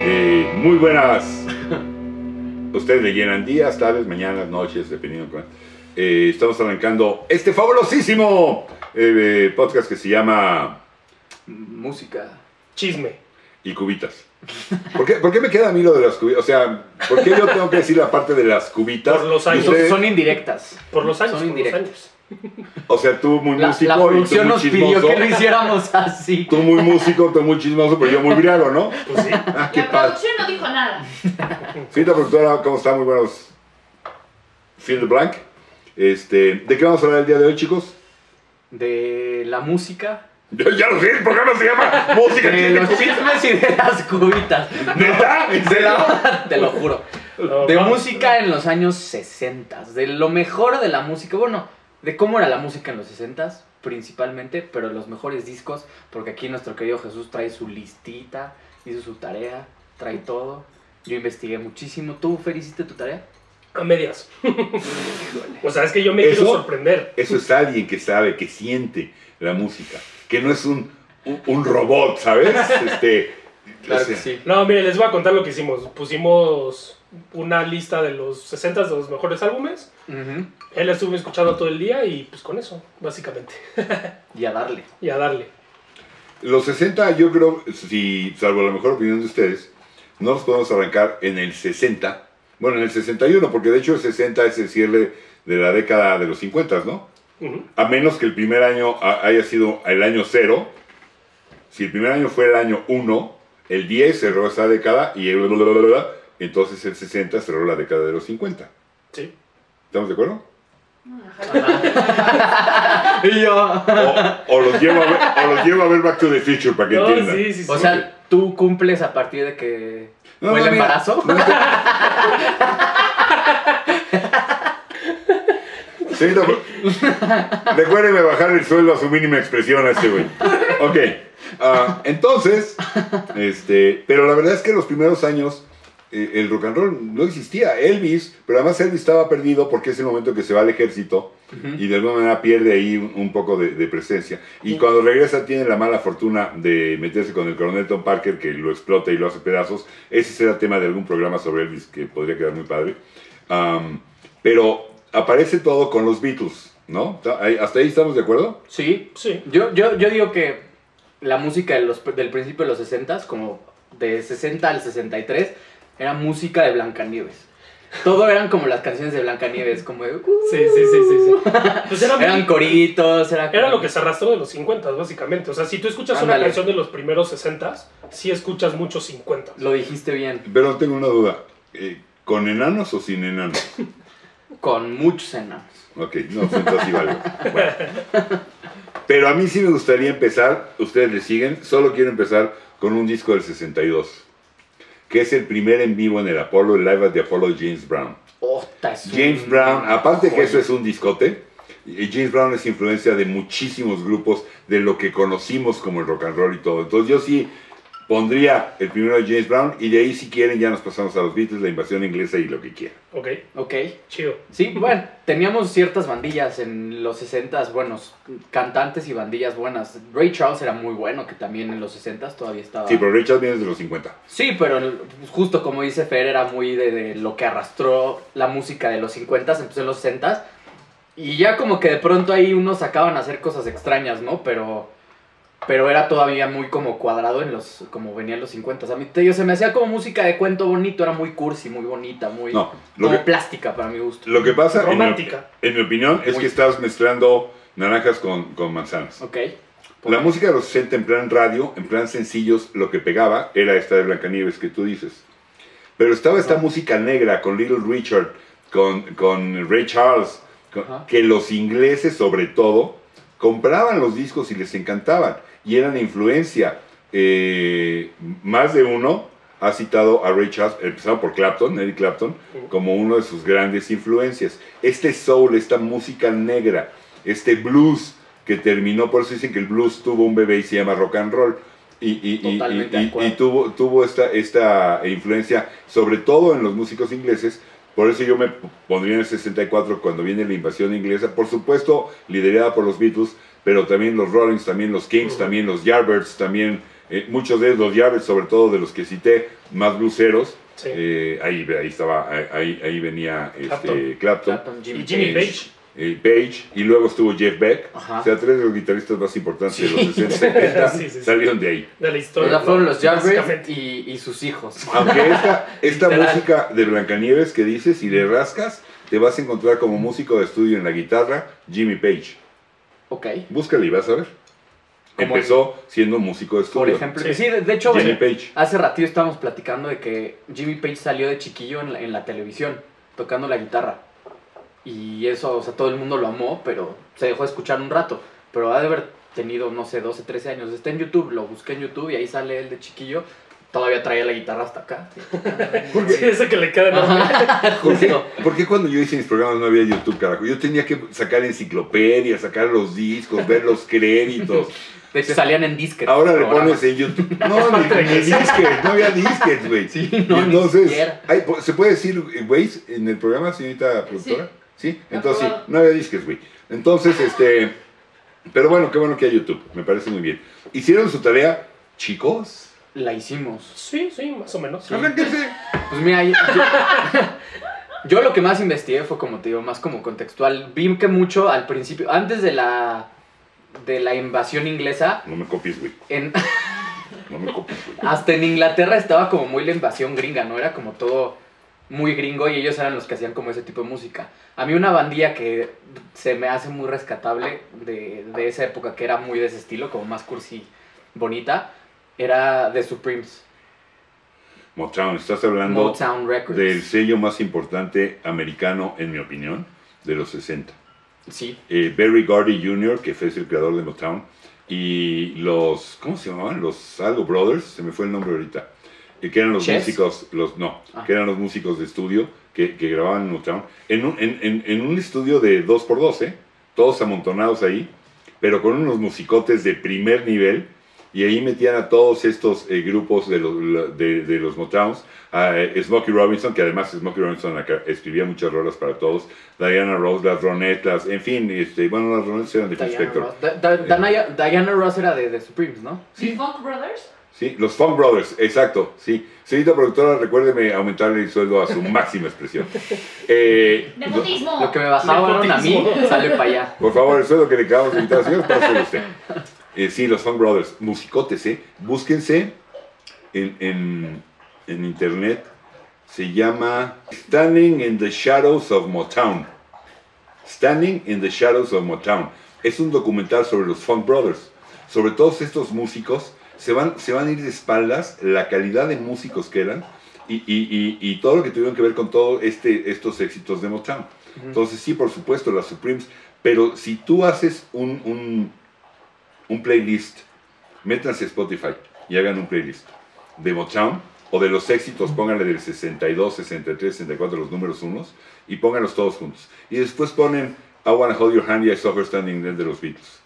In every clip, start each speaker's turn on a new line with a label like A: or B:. A: Muy buenas. Ustedes le llenan días, tardes, mañanas, noches, dependiendo. Con... Eh, estamos arrancando este fabulosísimo eh, eh, podcast que se llama
B: Música.
C: Chisme.
A: Y Cubitas. ¿Por qué, por qué me queda a mí lo de las cubitas? O sea, ¿por qué yo tengo que decir la parte de las cubitas?
C: Por los años.
A: Y ustedes-
B: Son indirectas.
C: Por los años,
B: Son
C: por los
B: indirectas.
C: años.
A: o sea, tú muy
B: La,
A: músico
B: la
A: y tú
B: producción
A: muy
B: nos pidió
A: chismoso.
B: que lo hiciéramos así.
A: Tú muy músico, tú muy chismoso, pero yo muy briano, ¿no?
C: Pues sí.
A: Ah, qué
D: La
A: padre.
D: producción no dijo nada.
A: Señorita productora, ¿cómo está? Muy buenos. Field Blank. Este, ¿De qué vamos a hablar el día de hoy, chicos?
B: De la música.
A: Yo ya lo sé, el programa se llama Música
B: De
A: Chile
B: los chismes y de las cubitas.
A: ¿Neta? ¿En
B: De
A: serio?
B: la- te lo juro.
C: No,
B: De
C: vamos.
B: música en los años 60. De lo mejor de la música. Bueno, de cómo era la música en los 60 principalmente, pero los mejores discos, porque aquí nuestro querido Jesús trae su listita, hizo su tarea, trae todo. Yo investigué muchísimo. ¿Tú, Fer, hiciste tu tarea?
C: A medias. o sea, es que yo me
A: ¿Eso?
C: quiero sorprender.
A: Eso es alguien que sabe, que siente la música, que no es un, un, un robot, ¿sabes? Este, o sea,
C: No, mire, les voy a contar lo que hicimos. Pusimos una lista de los 60 de los mejores álbumes.
B: Ujú.
C: Él la estuvo escuchando todo el día y pues con eso, básicamente.
B: Y a darle.
C: Y a darle.
A: Los 60, yo creo, si, salvo la mejor opinión de ustedes, no los podemos arrancar en el 60. Bueno, en el 61, porque de hecho el 60 es el cierre de la década de los 50, ¿no?
C: Ujú.
A: A menos que el primer año ha- haya sido el año cero. Si el primer año fue el año 1, el 10 cerró esa década y el bla, bla, bla, bla, bla, entonces el 60 cerró la década de los 50.
C: Sí.
A: ¿Estamos de acuerdo?
B: Y yo.
A: O, o los llevo a ver, o los llevo a ver Back to the Future para que
C: No,
A: entiendan.
C: Oh, sí, sí, sí.
B: O sea, tú cumples a partir de que
A: No,
B: fue el
A: no, mira,
B: embarazo.
A: Sí, no, recuérdeme bajar el sueldo a su mínima expresión a este güey. Ok. ah, entonces, este, pero la verdad es que los primeros años eh, el rock and roll no existía. Elvis, pero además Elvis estaba perdido porque es el momento que se va al ejército y de alguna manera pierde ahí un, un poco de, de presencia. Y cuando regresa tiene la mala fortuna de meterse con el coronel Tom Parker que lo explota y lo hace pedazos. Ese será tema de algún programa sobre Elvis que podría quedar muy padre. Am, pero aparece todo con los Beatles, ¿no? Ta- ahí- ¿Hasta ahí estamos de acuerdo?
B: Sí.
C: Sí.
B: Yo, yo, yo digo que la música de los- del principio de los 60, como de 60 al 63, era música de Blancanieves. Todo eran como las canciones de Blancanieves, como de, uh,
C: Sí, sí, sí, sí. sí. Pues era,
B: eran coritos, era,
C: era lo que se arrastró de los 50, básicamente. O sea, si tú escuchas
B: Ándale.
C: una canción de los primeros 60, sí escuchas muchos 50.
B: Lo dijiste bien,
A: Pero tengo una duda. eh, ¿Con enanos o sin enanos?
B: con muchos enanos.
A: Ok, no, entonces sí vale. Bueno. Pero a mí sí me gustaría empezar, ustedes le siguen, solo quiero empezar con un disco del 62, que es el primer en vivo en el Apollo, el Live at the Apollo James Brown.
B: Ota, es un-
A: James Brown, aparte que
B: joya.
A: eso es un discote, y James Brown es influencia de muchísimos grupos de lo que conocimos como el rock and roll y todo. Entonces yo sí pondría el primero de James Brown y de ahí si quieren ya nos pasamos a los Beatles, la invasión inglesa y lo que quieran.
C: Ok,
B: Ok.
C: chido.
B: Sí, bueno, teníamos ciertas bandillas en los 60s, buenos cantantes y bandillas buenas. Ray Charles era muy bueno, que también en los 60s todavía estaba.
A: Sí, pero Richard viene desde los 50.
B: Sí, pero el- justo como dice Fer, era muy de, de lo que arrastró la música de los 50s, empezó en los 60s. Y ya como que de pronto ahí unos sacaban a hacer cosas extrañas, ¿no? Pero pero era todavía muy como cuadrado en los como venía en los 50s. A mí te digo, se me hacía como música de cuento bonito, era muy cursi, muy bonita, muy
A: No, lo
B: como
A: que,
B: plástica para mi gusto.
A: lo que pasa en mi-
C: Romántica.
A: En, mi opinión es
B: Muy.
A: que estás mezclando naranjas con, con manzanas.
B: Ok.
A: La música de los 60 en plan radio, en plan sencillos, lo que pegaba era esta de Blancanieves que tú dices. Pero estaba esta
B: Ajá.
A: música negra con Little Richard, con, con Ray Charles, con-
B: Ajá.
A: que los ingleses sobre todo compraban los discos y les encantaban y eran influencia. Eh, más de uno ha citado a Ray Charles, empezado por Clapton, Eric Clapton, como uno de sus grandes influencias. Este soul, esta música negra, este blues que terminó, por eso dicen que el blues tuvo un bebé y se llama rock and roll. Y, y- y-
B: Totalmente
A: y-
B: de acuerdo.
A: y tuvo, tuvo esta, esta influencia, sobre todo en los músicos ingleses. Por eso yo me pondría en el 64 cuando viene la invasión inglesa. Por supuesto, liderada por los Beatles, pero también los Rollins, también los Kings,
C: Ujú.
A: también los Yardbirds, también Eh, muchos de los llaves, sobre todo de los que cité, más bluseros.
C: Sí.
A: Eh, ahí, ahí estaba, ahí, ahí venía este, Clapton.
B: Clapton, Jimmy.
C: Y Jimmy
A: Eh,
C: Page.
A: eh, Page, y luego estuvo Jeff Beck.
B: Ajá.
A: O sea, tres de los guitarristas más importantes de los
B: Sí.
A: 60 70
C: Sí, sí, sí.
A: salieron de ahí.
C: de la
B: O sea,
C: historia.
B: fueron los Jarvis
C: Básicamente.
B: y, y sus hijos.
A: Aunque esta, esta
B: Literal.
A: música de Blancanieves que dices y le rascas, te vas a encontrar como músico de estudio en la guitarra Jimmy Page.
B: Ok.
A: Búscale y vas a ver.
B: Como-
A: Empezó siendo músico de estudio.
B: Por ejemplo.
C: Sí.
B: Sí, de de hecho,
A: Jimmy
B: güey,
A: Page.
B: hace ratito estábamos platicando de que Jimmy Page salió de chiquillo en la, en la televisión, tocando la guitarra. Y eso, o sea, todo el mundo lo amó, pero se dejó escuchar un rato. Pero ha de haber tenido, no sé, 12, 13 años. Está en YouTube, lo busqué en YouTube y ahí sale él de chiquillo. Todavía traía la guitarra hasta acá.
A: ¿Por
C: Sí,
A: qué?
C: ese que le queda enorme.
B: Ajá,
A: ¿Por qué?
B: justo.
A: ¿Por qué cuando yo hice mis programas no había YouTube, carajo? Yo tenía que sacar enciclopedias, sacar los discos, ver los créditos.
B: De hecho, salían en disques.
A: Ahora le
B: programas.
A: pones en YouTube. No, ni, ni disques, no había disques, güey.
B: Sí,
A: Y
B: no, ni
A: entonces,
B: siquiera.
A: ay, po- ¿se puede decir, eh, güey, en el programa, señorita productora? Sí. Entonces, sí, no había disques, güey. Entonces, este. Pero bueno, qué bueno que hay YouTube. Me parece muy bien. ¿Hicieron su tarea, chicos?
B: La hicimos.
C: Sí, sí, más o menos.
A: Arránquense.
B: Pues mira, yo, yo lo que más investigué fue como te digo, más como contextual. Vi que mucho al principio, antes de la de la invasión inglesa,
A: No me copies, güey.
B: en,
A: No me copies, güey.
B: hasta en Inglaterra estaba como muy la invasión gringa, ¿no? Era como todo muy gringo y ellos eran los que hacían como ese tipo de música. A mí una bandilla que se me hace muy rescatable de, de esa época, que era muy de ese estilo, como más cursi, bonita, era The Supremes,
A: Motown, estás hablando
B: Motown Records.
A: del sello más importante americano, en mi opinión, de los 60.
B: Sí,
A: eh, Barry Gordy Jr., que fue el creador de Motown, y los, ¿cómo se llamaban? Los Algo Brothers, se me fue el nombre ahorita, eh, que eran los
B: Chess.
A: músicos, los, no,
B: Ah.
A: que eran los músicos de estudio que, que grababan Motown, en un, en, en- en un estudio de 2x2, ¿eh? todos amontonados ahí, pero con unos musicotes de primer nivel, y ahí metían a todos estos eh, grupos de los, de, de los Motowns, a eh, Smokey Robinson, que además Smokey Robinson acá escribía muchas rolas para todos, Diana Rose, las Ronetas, en fin, este, bueno, las Ronetas eran de Phil
B: Diana
A: Spector.
B: Ross. Da- da- Dana- Diana Ross era de The Supremes, ¿no?
A: Sí.
D: The Funk Brothers.
A: Sí, los Funk Brothers, exacto, sí. Señorita productora, recuérdeme aumentarle el sueldo a su máxima expresión. Eh,
D: Nepotismo.
B: Lo que me bajaban a mí
C: Nepotismo.
B: sale para allá.
A: Por favor, el sueldo que le acabamos de invitar al señor, páselo usted. Eh, sí, los Funk Brothers, musicotes, ¿eh? Búsquense en, en, en internet. Se llama Standing in the Shadows of Motown. Standing in the Shadows of Motown. Es un documental sobre los Funk Brothers. Sobre todos estos músicos. Se van, se van a ir de espaldas la calidad de músicos que eran y, y- y- y todo lo que tuvieron que ver con todos este, estos éxitos de Motown. Entonces sí, por supuesto, las Supremes. Pero si tú haces un, un, un playlist, métanse a Spotify y hagan un playlist de Motown o de los éxitos, pónganle del 62, 63, 64, los números unos, y pónganlos todos juntos. Y después ponen I Wanna Hold Your Hand y I Saw Her Standing There de los Beatles.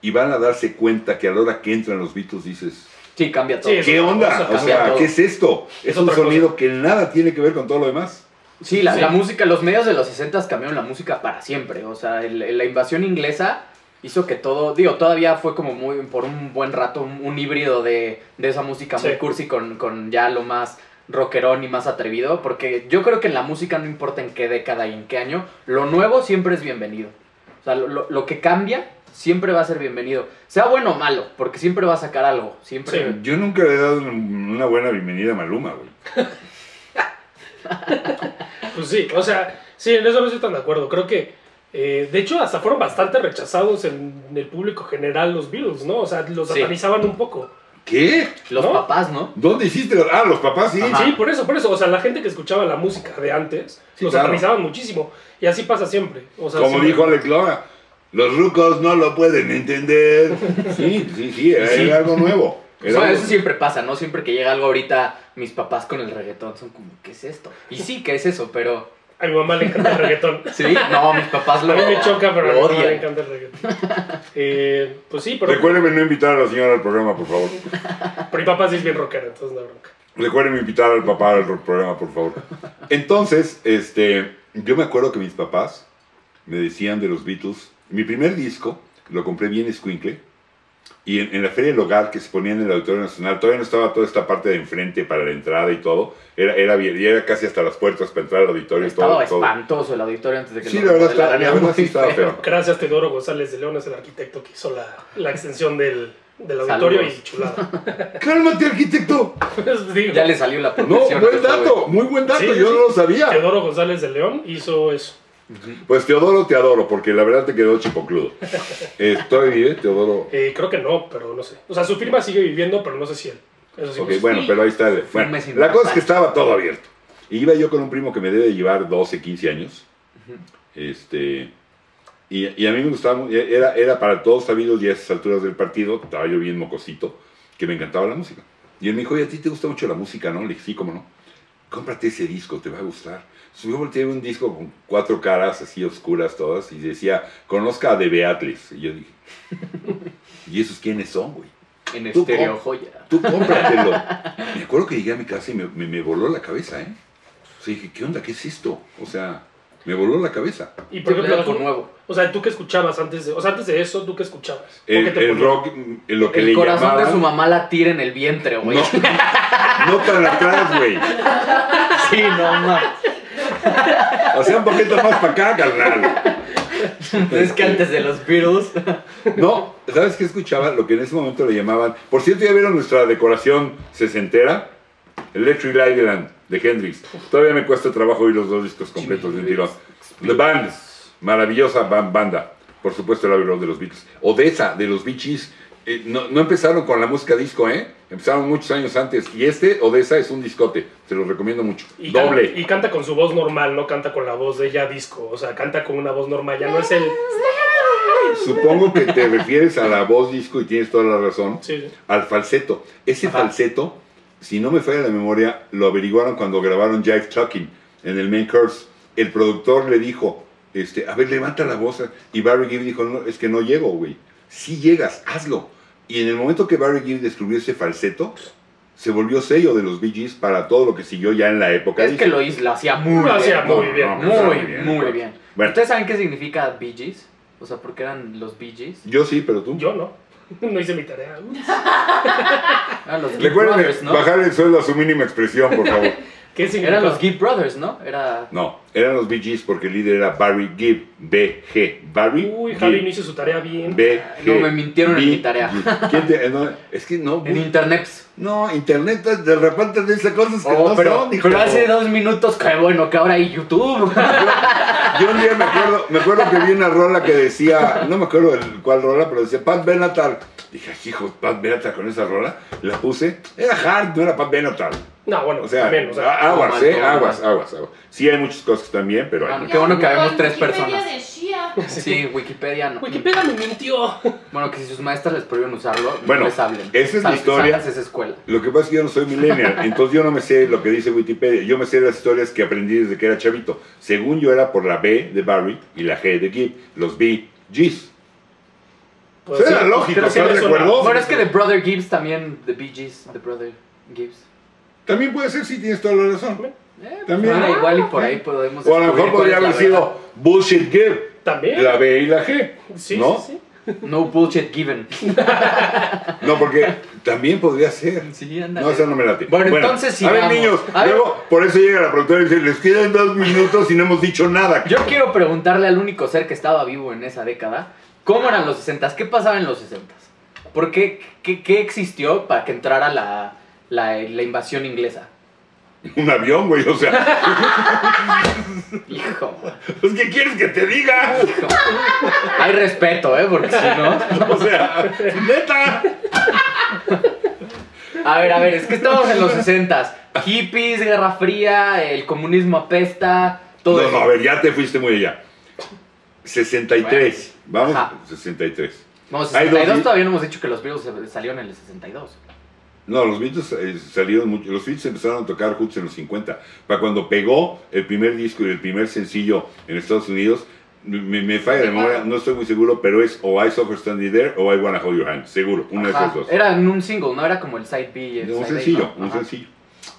A: Y van a darse cuenta que a la hora que entran los Beatles dices,
B: Sí, cambia todo.
C: Sí,
B: Sí,
A: ¿qué
C: otra
A: onda?
C: cosa,
A: O
B: cambia
A: sea,
B: todo.
A: ¿qué es esto? Es,
C: Es
A: un
C: otra cosa.
A: sonido que nada tiene que ver con todo lo demás.
B: la,
C: Sí.
B: la música, los medios de los 60 cambiaron la música para siempre. O sea, el- el- la invasión inglesa hizo que todo, digo, todavía fue como muy, por un buen rato, un, un híbrido de, de esa música muy
C: Sí.
B: cursi con, con ya lo más rockerón y más atrevido. Porque yo creo que en la música, no importa en qué década y en qué año, lo nuevo siempre es bienvenido. O sea, lo, lo- lo que cambia siempre va a ser bienvenido. Sea bueno o malo, porque siempre va a sacar algo. Siempre.
A: Yo nunca le he dado una buena bienvenida a Maluma, güey.
C: Pues sí, o sea, sí, en eso no estoy tan de acuerdo. Creo que, eh, de hecho, hasta fueron bastante rechazados en el público general los Beatles, ¿no? O sea, los
B: Sí.
C: satanizaban un poco.
A: ¿Qué?
B: Los
C: ¿No?
B: papás, ¿no?
A: ¿Dónde hiciste? los- Ah, los papás, sí.
B: Ajá.
C: Sí, por eso, por eso. O sea, la gente que escuchaba la música de antes
A: Sí,
C: los
A: claro.
C: satanizaban muchísimo. Y así pasa siempre. O sea,
A: Como
C: siempre-
A: dijo Alex Lora, los rucos no lo pueden entender. Sí, sí, sí, era,
B: Sí.
A: era algo nuevo. Era
B: Bueno,
A: algo-
B: eso siempre pasa, ¿no? Siempre que llega algo ahorita, mis papás con el reggaetón son como, ¿qué es esto? Y sí, ¿qué es eso? Pero,
C: A mi mamá le encanta el reggaetón.
B: sí, no, mis papás
C: A
B: lo,
C: mí me choca, pero a mi
B: lo
C: mamá le
B: odian.
C: encanta el reggaetón. Eh, pues sí, pero,
A: Recuérdenme no invitar a la señora al programa, por favor.
C: pero mi papá sí es bien rockero, entonces no hay bronca.
A: Recuérdenme invitar al papá al ro- programa, por favor. Entonces, este, yo me acuerdo que mis papás me decían de los Beatles, mi primer disco, lo compré bien escuincle, Y en, en la Feria del Hogar, que se ponía en el Auditorio Nacional, todavía no estaba toda esta parte de enfrente para la entrada y todo. Era, era, bien- y era casi hasta las puertas para entrar al auditorio. y
B: Estaba
A: todo, todo.
B: espantoso el auditorio antes de que
A: Sí,
B: lo
A: la verdad, estaba,
B: remodelaran,
A: la
B: era
A: verdad
B: muy
A: sí estaba
B: feo.
A: feo.
C: Gracias, Teodoro González de León es el arquitecto que hizo la, la extensión del, del auditorio
B: Saludos.
C: y chulada.
A: ¡Cálmate, arquitecto!
C: Pues digo,
B: Ya le salió la
A: No,
B: perfección.
A: buen dato, muy buen dato,
C: Sí,
A: yo
C: sí, sí.
A: no lo sabía.
C: Teodoro González de León hizo eso.
A: Pues Teodoro, te adoro, porque la verdad te quedó chipocludo. Estoy bien, Teodoro.
C: Eh, creo que no, pero no sé. O sea, su firma sigue viviendo, pero no sé si él. Eso sí, no
A: Ok,
C: sé.
A: bueno, pero ahí está. el- bueno,
B: mes sin
A: la cosa es
B: papá.
A: que estaba todo abierto. Y iba yo con un primo que me debe de llevar 12, 15 años. Este. Y, y a mí me gustaba, mu- e, era, era para todos sabidos y a esas alturas del partido, estaba yo bien mocosito, que me encantaba la música. Y él me dijo, oye, a ti te gusta mucho la música, ¿no? Le dije, sí, cómo no. Cómprate ese disco, te va a gustar. Entonces, yo volteé a ver un disco con cuatro caras así oscuras todas y decía, conozca a De Beatles. Y yo dije, ¿y esos quiénes son, güey?
B: En
A: Tú
B: estéreo
A: com-
B: joya.
A: Tú cómpratelo. me acuerdo que llegué a mi casa y me, me- me voló la cabeza, ¿eh? O sea, dije, ¿qué onda? ¿Qué es esto? O sea, me voló la cabeza.
C: Y por ejemplo,
B: Era tu
C: tú-
B: nuevo.
C: o sea, ¿tú qué escuchabas antes de, o sea, antes de eso, tú qué escuchabas? ¿O
A: El,
C: qué te
A: el
C: ponían?
A: rock, mm, lo que
B: El
A: le
B: corazón de su
A: llamaban...
B: mamá la tira en el vientre,
A: no,
B: güey.
A: no tan atrás, güey.
B: Sí, no mames.
A: O sea, un poquito más para acá, carnal.
B: Es que antes de los Beatles.
A: No, ¿sabes qué escuchaba? Lo que en ese momento le llamaban... Por cierto, ¿ya vieron nuestra decoración sesentera? Electric Ladyland, de Hendrix. Todavía me cuesta trabajo oír los dos discos completos de un tirón. The Band, maravillosa ban- banda. Por supuesto, el Abbey Road de los Beatles. Odessa, de los Beaches. no, no empezaron con la música disco, ¿eh? Empezaron muchos años antes. Y este, Odessa, es un discote. Se los recomiendo mucho.
C: Y can-
A: Doble.
C: y canta con su voz normal, no canta con la voz de ella disco. O sea, canta con una voz normal. Ya no es el.
A: Supongo que te refieres a la voz disco y tienes toda la razón.
C: Sí, sí.
A: Al falseto. Ese
B: Ajá.
A: falseto, si no me falla la memoria, lo averiguaron cuando grabaron Jive Talking en el main curse. El productor le dijo, este, a ver, levanta la voz. Y Barry Gibb dijo, no, es que no llego, güey. Si llegas, hazlo. Y en el momento que Barry Gibb descubrió ese falseto, se volvió sello de los Bee Gees para todo lo que siguió ya en la época.
B: Es
A: disco.
B: que lo, hizo, lo hacía muy
C: Lo hacía
B: bien.
C: muy bien.
A: no,
B: Muy,
A: estaba
B: muy bien.
A: claro. Bueno,
B: ¿Ustedes saben qué significa Bee Gees? O sea, porque eran los Bee Gees.
A: yo sí, pero tú.
C: Yo no. No hice mi tarea.
B: Eran Ah, los Gee
A: Recuerden
B: Brothers, ¿no?
A: bajar el sueldo a su mínima expresión, por favor.
C: ¿Qué significa?
B: Eran los Gee Brothers, ¿no? Era.
A: No, eran los Bee Gees porque el líder era Barry Gibb, BG. Barry
C: Uy,
A: Gibb,
C: Javi no hizo su tarea bien.
A: BG.
B: No, me mintieron en
A: Bee
B: mi tarea.
A: Gees. ¿Quién te- eh, no, es que no,
B: En
A: bu-
B: internet.
A: no, internet eh, de repente dice cosas que
B: Oh,
A: no
B: pero,
A: son. hijo.
B: pero hace dos minutos que bueno, que ahora hay YouTube.
A: Yo un día me acuerdo, me acuerdo que vi una rola que decía, no me acuerdo el, cuál rola, pero decía Pat Benatar. Dije, "Ay, hijo, Pat Benatar con esa rola, la puse, era hard, no era Pat Benatar.
C: No, bueno,
A: O sea,
C: también, o sea.
A: a- aguas,
B: todo mal,
A: eh,
B: todo mal.
A: aguas, aguas, aguas. Sí hay muchas cosas que están bien, pero hay
B: Ah,
A: muchas-
B: Qué bueno que
D: Con
B: habemos tres
D: Wikipedia
B: personas.
D: de Shia.
B: Sí, Wikipedia no.
C: Wikipedia me mintió.
B: Bueno, que si sus maestras les prohíben usarlo,
A: Bueno,
B: no les hablen.
A: esa es la
B: Sal-
A: historia.
B: salgas de esa escuela.
A: Lo que pasa es que yo no soy millennial, entonces yo no me sé lo que dice Wikipedia. Yo me sé las historias que aprendí desde que era chavito. Según yo era por la B de Barry y la G de Gibb, los B, G's.
C: Pues
A: Suena
C: sí,
A: lógico,
C: creo que
A: ¿estás
C: me
A: de
C: suena.
A: acuerdo?
B: Bueno, es que The Brother Gibbs también, The Bee Gees, The Brother Gibbs.
A: También puede ser si tienes toda la razón.
B: Eh,
A: También.
B: suena igual y por ahí podemos
A: O a lo
B: descubrir
A: mejor
B: cuál
A: podría
B: es la
A: haber sido Bullshit Gibb,
C: También.
A: la B y la G.
C: Sí,
A: ¿no?
C: sí, sí.
B: verdad. No bullshit given.
A: No, porque también podría ser.
B: Sí, ándale.
A: No, esa no me late.
B: Bueno, entonces
A: A ver,
B: sigamos.
A: niños,
B: A ver.
A: luego por eso llega la productora y dice: Les quedan dos minutos y no hemos dicho nada.
B: Yo quiero preguntarle al único ser que estaba vivo en esa década, ¿cómo eran los 60s? ¿Qué pasaba en los 60s? ¿Por qué, qué, qué existió para que entrara la, la, la invasión inglesa?
A: Un avión, güey, o sea,
B: Hijo,
A: pues, ¿qué quieres que te diga?
B: hijo. Hay respeto, ¿eh? Porque si no...
A: O sea, neta.
B: A ver, a ver, es que estamos en los 60s. Hippies, Guerra Fría, el comunismo apesta, todo
A: No,
B: eso.
A: no, a ver, ya te fuiste muy allá. 63. Vamos,
B: Ajá.
A: 63.
B: Vamos,
A: Hay dos
B: 62
A: mil-
B: todavía no hemos dicho que los Beatles se- salieron en el 62.
A: No, los Beatles eh, salieron mucho. Los Beatles empezaron a tocar justo en los 50. Para cuando pegó el primer disco y el primer sencillo en Estados Unidos, me, me falla la memoria, no estoy muy seguro, pero es o I Saw Her Standing There o I Wanna Hold Your Hand. Seguro, una
B: Ajá,
A: de esas dos.
B: Era en un single, no era como el side B y el
A: un
B: side A,
A: sencillo,
B: ¿no?
A: un
B: Ajá.
A: sencillo.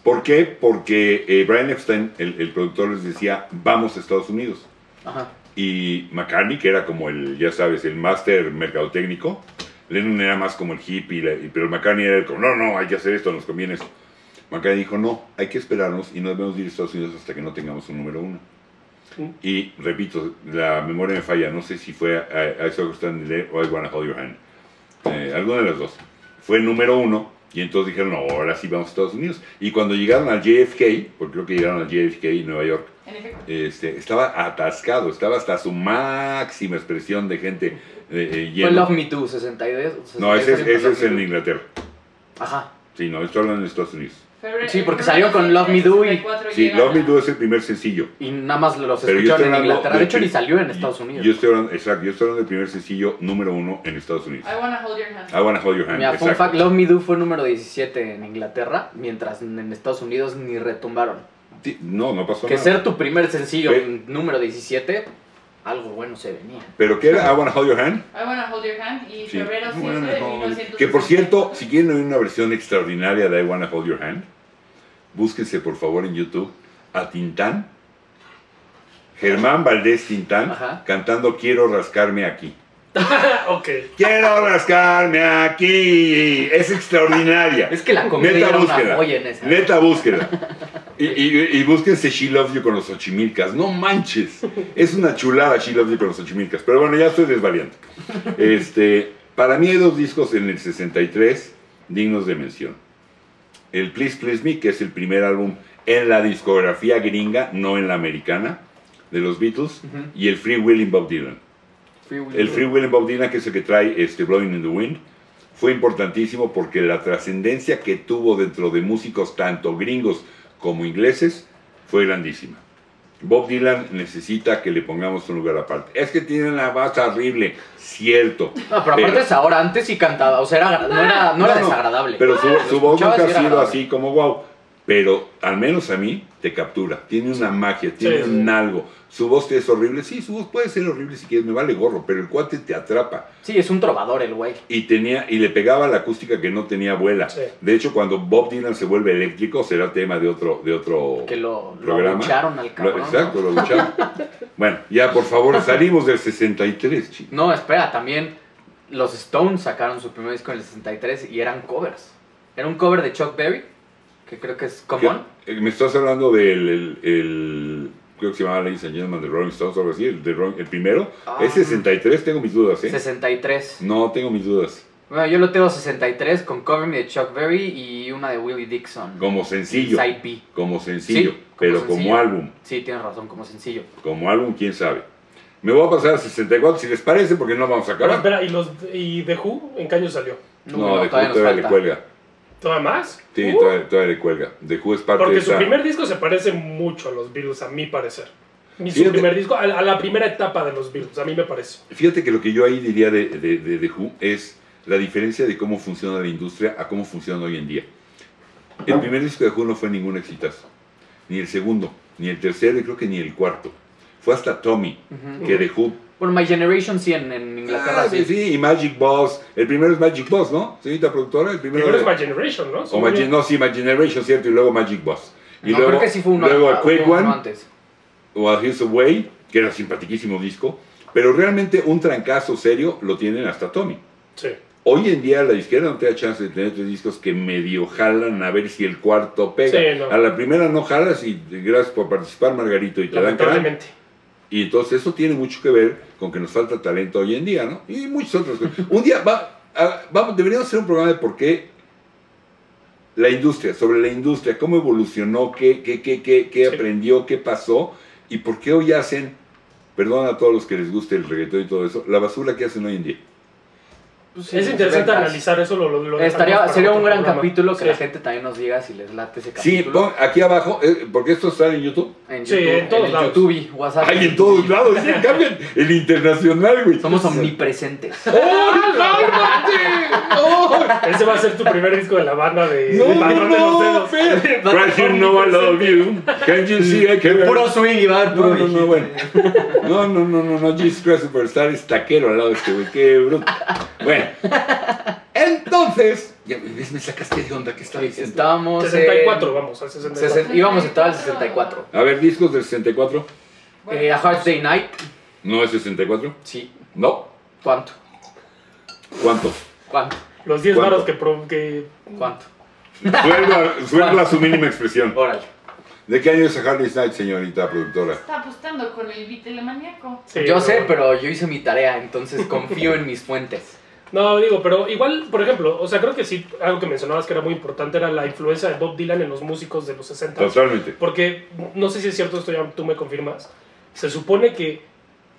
A: ¿Por qué? Porque eh, Brian Epstein, el, el productor, les decía, vamos a Estados Unidos.
B: Ajá.
A: y McCartney, que era como el, ya sabes, el máster mercadotécnico, Lennon era más como el hippie, la- y- pero McCartney era el como, no, no, hay que hacer esto, nos conviene esto. McCartney dijo, no, hay que esperarnos y no debemos de ir a Estados Unidos hasta que no tengamos un número uno.
C: Mm.
A: Y repito, la memoria me falla, no sé si fue a, a I Saw Stand o I Wanna Hold Your Hand. Eh, alguna de las dos. Fue el número uno y entonces dijeron, no, ahora sí vamos a Estados Unidos. Y cuando llegaron al JFK, porque creo que llegaron al JFK en Nueva York,
D: En efecto.
A: este, estaba atascado, estaba hasta su máxima expresión de gente eh, eh,
B: Fue
A: lleno.
B: Love Me Too, 62.
A: No, ese es, ese
B: 62,
A: es
B: Love
A: en
B: Me Too.
A: Inglaterra.
B: Ajá.
A: Sí, no, esto hablan en Estados Unidos.
D: Febrero-
B: Sí, porque
D: febrero
B: salió con Love Me Do y-
D: 64
A: Sí,
D: llega
A: Love Me
D: a-
A: Do es el primer sencillo.
B: Y nada más los
A: Pero yo estoy
B: escucharon en
A: hablando
B: Inglaterra. De
A: del
B: hecho,
A: pri-
B: ni salió en
A: Y-
B: Estados Unidos.
A: Yo estoy hablando, exacto, yo estoy hablando del primer sencillo número uno en Estados Unidos.
D: I wanna hold your hand.
A: I Wanna Hold Your Hand.
B: Mira, fun
A: ah, exacto.
B: fact, Love Me Do fue número 17 en Inglaterra, mientras en Estados Unidos ni retumbaron.
A: Sí, No, no pasó
B: Que
A: nada.
B: ser tu primer sencillo
A: Sí.
B: en número 17, algo bueno se venía.
A: ¿Pero qué era I Wanna Hold Your Hand?
D: I wanna hold your hand y
A: Sí.
D: febrero
A: I
D: 7
A: wanna
D: de
A: hold-
D: 1964.
A: Que por cierto, si quieren oír una versión extraordinaria de I Wanna Hold Your Hand, búsquense por favor en YouTube a Tintán, Germán Valdés Tintán,
B: Ajá.
A: cantando Quiero rascarme aquí.
C: ok.
A: Quiero rascarme aquí. Es extraordinaria.
B: Es que la comida
A: Neta
B: era
A: búsqueda.
B: una joya en esa.
A: Neta búsqueda. Y, y, y búsquense She Loves You con los Ochimilcas. No manches. Es una chulada She Loves You con los Ochimilcas. Pero bueno, ya estoy desvariando. Este, para mí hay dos discos en el 63 dignos de mención. El Please Please Me, que es el primer álbum en la discografía gringa, no en la americana, de los Beatles.
B: Ujú.
A: Y el Free Will in Bob Dylan.
B: Free Will.
A: El Free Will en Bob Dylan, que es el que trae este Blowing in the Wind, fue importantísimo porque la trascendencia que tuvo dentro de músicos tanto gringos como ingleses fue grandísima. Bob Dylan necesita que le pongamos un lugar aparte. Es que tiene una voz horrible, cierto.
B: No, pero aparte
A: Pero-
B: es ahora, antes sí cantaba, o sea, era, no era, no era desagradable.
A: Pero su, su voz
B: escuchabas
A: nunca ha
B: y era
A: sido
B: agradable.
A: así como wow. Pero al menos a mí te captura. Tiene una magia, tiene
C: sí.
A: un algo. Su voz te es horrible. Sí, su voz puede ser horrible si quieres, me vale gorro, pero el cuate te atrapa.
B: Sí, es un trovador el güey.
A: y tenía y le pegaba la acústica que no tenía abuela.
C: Sí.
A: De hecho, cuando Bob Dylan se vuelve eléctrico, será tema de otro de otro
B: Que lo, lo
A: programa.
B: abucharon al
A: Lo-
B: cabrón. ¿no?
A: exacto, lo lucharon. bueno, ya por favor, salimos del 63, chicos.
B: No, espera, también los Stones sacaron su primer disco en el 63 y eran covers. Era un cover de Chuck Berry, que creo que es común.
A: Eh, Me estás hablando del el, el- creo que se llamaba Ladies and Gentlemen de Rolling Stones o algo así, el, de Rolling- el primero.
B: Ah.
A: es 63, tengo mis dudas, ¿eh?
B: 63.
A: No, tengo mis dudas.
B: Bueno, yo lo tengo 63 con Cover Me de Chuck Berry y una de Willie Dixon.
A: Como sencillo,
B: Side B.
A: como sencillo,
B: Sí, como
A: pero
B: sencillo.
A: como álbum.
B: Sí, tienes razón, como sencillo.
A: Como álbum, quién sabe. Me voy a pasar a 64 si les parece, porque no vamos a
C: Pero
A: acabar.
C: espera, ¿y, los, ¿y The Who en qué año salió?
A: No,
B: no,
A: de Who todavía, le cuelga.
C: ¿Todavía más?
A: Sí,
C: Uh,
A: todavía, todavía le cuelga. De Who es parte de
C: Porque su
A: esa-
C: primer disco se parece mucho a los Beatles, a mi parecer. Mi su
A: Fíjate.
C: primer disco, a, la- a la primera etapa de los Beatles, a mí me parece.
A: Fíjate que lo que yo ahí diría de, de, de, de Who es la diferencia de cómo funciona la industria a cómo funciona hoy en día.
C: Ah.
A: El primer disco de Who no fue ningún exitazo. Ni el segundo, ni el tercero y creo que ni el cuarto. Fue hasta Tommy,
B: Ujú.
A: que de Who...
B: Bueno, My Generation sí en, en Inglaterra.
A: Ah,
B: sí.
A: sí, y Magic Boss. El primero es Magic Boss, ¿no? Señorita productora, el primero...
C: Primero es
A: de-
C: My Generation, ¿no?
A: O
C: Según
A: Magi-
C: yo.
A: no, sí, My Generation, cierto, y luego Magic Boss. Y
B: no,
A: luego,
B: creo que sí fue uno,
A: luego
B: ah,
A: a Quick
B: fue uno
A: One,
B: antes.
A: o a His Away, que era simpaticísimo disco, pero realmente un trancazo serio lo tienen hasta Tommy.
C: Sí.
A: Hoy en día la izquierda no te da chance de tener tres discos que medio jalan a ver si el cuarto pega.
C: Sí, no.
A: A la primera no jalas y gracias por participar Margarito y te dan crán.
C: Lamentablemente.
A: Y entonces eso tiene mucho que ver con que nos falta talento hoy en día, ¿no? Y muchas otras cosas. Un día va, a- vamos, deberíamos hacer un programa de por qué la industria, sobre la industria, cómo evolucionó, qué, qué, qué, qué, qué
C: Sí.
A: aprendió, qué pasó y por qué hoy hacen, perdón a todos los que les guste el reggaetón y todo eso, la basura que hacen hoy en día.
B: Pues sí,
C: es
B: los
C: interesante
B: ventas.
C: analizar eso. Lo, lo- lo dejamos
B: Estaría,
C: para
B: sería
C: otro
B: un gran
C: programa.
B: capítulo que
C: Sí.
B: la gente también nos diga si les late ese
A: Sí,
B: capítulo.
A: pon aquí abajo, eh, porque esto está en YouTube.
B: en
C: Sí,
B: YouTube,
C: en todos
B: el
C: lados.
B: YouTube y WhatsApp.
A: Hay en todos lados, sí, cambian el internacional, güey.
B: Somos omnipresentes.
C: Ese va a ser tu primer disco de la banda de
A: No,
C: el
A: no,
C: Patrón de los
A: no,
C: Dedos.
A: Fer. Right here, no, I love you. Can you see I care?
B: Puro swing y va a
A: No,
B: haber
A: no,
B: puro
A: no,
B: viejito.
A: bueno. No, no, no, no, no. Jesus Christ Superstar es taquero al lado de este güey. Qué bruto. Bueno. Entonces. Ya ves, me sacaste de onda que estaba diciendo.
B: Estábamos en-
C: 64, vamos, al 64.
B: sesen- íbamos a entrar al 64.
A: A ver, discos del 64.
D: Bueno,
B: Eh, a Hard Day Night,
A: No es 64.
B: sí.
A: No.
B: ¿Cuánto?
A: ¿Cuántos?
B: ¿Cuánto?
C: Los 10
A: ¿Cuánto?
C: varos que, pro- que
B: ¿Cuánto?
A: Sueldo a- sueldo a su mínima expresión.
B: Órale.
A: ¿De qué año es Harley Night, señorita productora?
D: Está apostando con el bitelemanía
C: Sí,
B: yo
C: no.
B: sé, pero yo hice mi tarea, entonces confío en mis fuentes.
C: No, digo, pero igual, por ejemplo, o sea, creo que sí, algo que mencionabas que era muy importante era la influencia de Bob Dylan en los músicos de los 60.
A: Totalmente.
C: Porque, no sé si es cierto esto, ya tú me confirmas. Se supone que,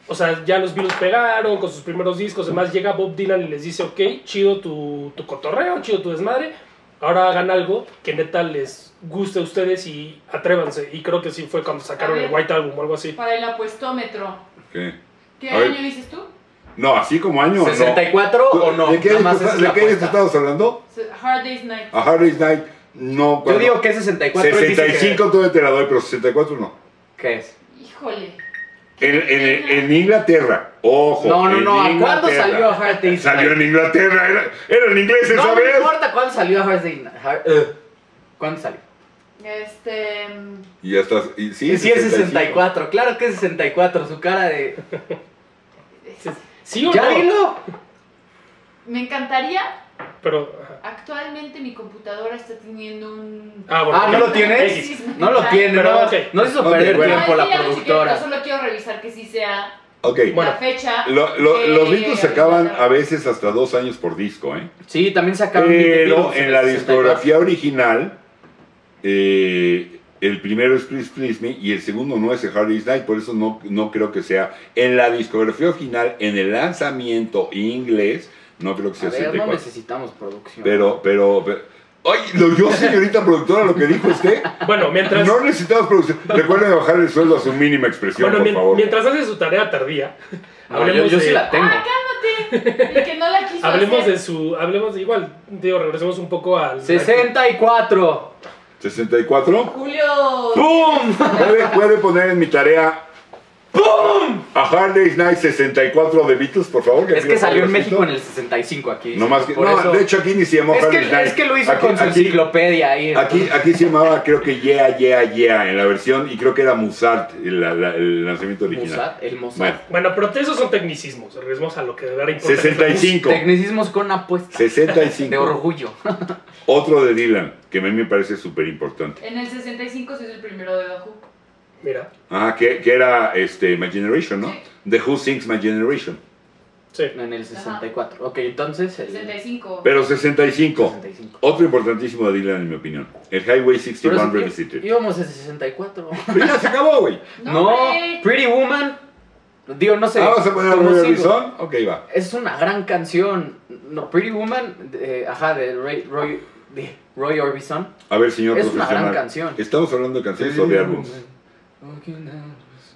C: o sea, ya los Beatles pegaron con sus primeros discos, además llega Bob Dylan y les dice, ok, chido tu, tu cotorreo, chido tu desmadre, ahora hagan algo que neta les guste a ustedes y atrévanse. Y creo que sí fue cuando sacaron el White Album o algo así.
D: Para el apuestómetro.
A: ¿Qué?
D: ¿Qué
A: A ver.
D: año dices tú?
A: No, así como año. no.
B: ¿64 o no?
A: ¿De qué,
B: Nada
A: año
B: más
A: está-
B: esa es
A: de
B: la
A: qué año
B: apuesta.
A: estabas hablando?
D: So, Hard Day's Night.
A: A Harley Night, no.
B: Yo
A: bueno,
B: digo que es 64. él dice que-
A: 65 todavía te la doy, pero 64 no.
B: ¿Qué es?
D: Híjole.
A: En, en- en Inglaterra, ojo.
B: No, no,
A: en
B: no. ¿A cuándo
A: Inglaterra.
B: salió a Hard Day's
A: Salió en
B: Night?
A: Inglaterra, era- eran ingleses,
B: No me
A: ¿sabes?
B: importa cuándo salió a Hard Day's Night. Har- Ugh. ¿Cuándo salió?
D: Este. mm,
A: Y ya estás. y sí,
B: Sí, es
A: 65.
B: 64. Claro que es 64. Su cara de.
D: es-
C: ¿Sí o
B: ¡Ya
C: no?
B: dilo!
D: Me encantaría.
C: Pero, ajá.
D: Actualmente mi computadora está teniendo un.
C: Ah, bueno.
B: Ah, ¿no lo
C: X.
B: tienes? No lo tiene.
C: Pero,
B: No,
C: ok.
B: nos hizo
A: Ok,
B: perder
A: bueno.
B: tiempo
D: No, es
B: la
D: que ya lo chequeé, pero
B: productora.
D: solo quiero revisar que sí sea
A: Ok.
C: Bueno,
D: la fecha.
A: Lo- lo-
D: que-
A: los Beatles sacaban a veces hasta dos años por disco, ¿eh?
B: Sí, también sacaron.
A: Pero en la
B: 64.
A: discografía original, eh, el primero es Please Please Me y el segundo no es el Harley's Night, por eso no, no creo que sea. En la discografía original, en el lanzamiento inglés, no creo que
B: A
A: sea
B: ver,
A: 64.
B: no necesitamos producción.
A: pero, pero, pero- ¡Ay! Lo yo, señorita productora, lo que dijo usted.
C: Bueno, mientras...
A: No necesitamos producción. Recuerden bajar el sueldo a su mínima expresión,
C: Bueno,
A: por
C: mien-
A: favor.
C: mientras hace su tarea tardía,
B: No, yo, yo sí
C: de-
B: la tengo.
D: Ah, El que no la quiso.
C: Hablemos
D: hacer.
C: de su. Hablemos de igual. Digo, regresemos un poco al.
B: 64.
A: 64.
D: Julio.
B: ¡Pum!
A: Puede, puede poner en mi tarea. ¡Pum! A Harley's Night 64 de Beatles, por favor.
B: Es que
A: pido
B: salió
A: favorcito.
B: en México en el 65 aquí.
A: No más que,
B: por
A: no,
B: eso-
A: de hecho aquí ni se llamó
B: es,
A: Harley's
B: que,
A: Night.
B: es que lo hizo
A: Aquí-
B: con su
A: aquí,
B: enciclopedia ahí.
A: aquí, aquí se llamaba, creo que Yeah, Yeah, Yeah en la versión, y creo que era Musart el, la- la- el lanzamiento original.
B: Mozart, el Mozart.
A: Bueno,
C: Bueno, pero esos son tecnicismos. Regresemos a lo que de verdad importa.
A: 65.
B: Tecnicismos con apuesta. De
A: 65.
B: orgullo.
A: Otro de Dylan, que a mí me parece súper importante.
D: En el 65 se hizo el primero de Bajo.
C: Mira,
A: Ah, que, que era este, My Generation, ¿no?
D: Sí.
A: The Who Sings My Generation.
C: sí.
B: En el 64. Ok, entonces. El
D: 65.
A: Pero 65.
B: 65.
A: Otro importantísimo de Dylan, en mi opinión. El Highway
B: Pero
A: 61
B: si-
A: Revisited.
B: íbamos a 64.
A: Pero ya se acabó, güey.
B: No,
D: hombre.
B: Pretty Woman. Digo, no sé.
A: Ah, ¿Vas a poner
B: como
A: algo de
B: sigo.
A: Bison? Ok, va.
B: Es una gran canción. No, Pretty Woman, de- ajá, de Ray- Roy, de Roy Orbison.
A: A ver, señor
B: Es una
A: profesional.
B: gran canción.
A: Estamos hablando de canciones o de álbumes.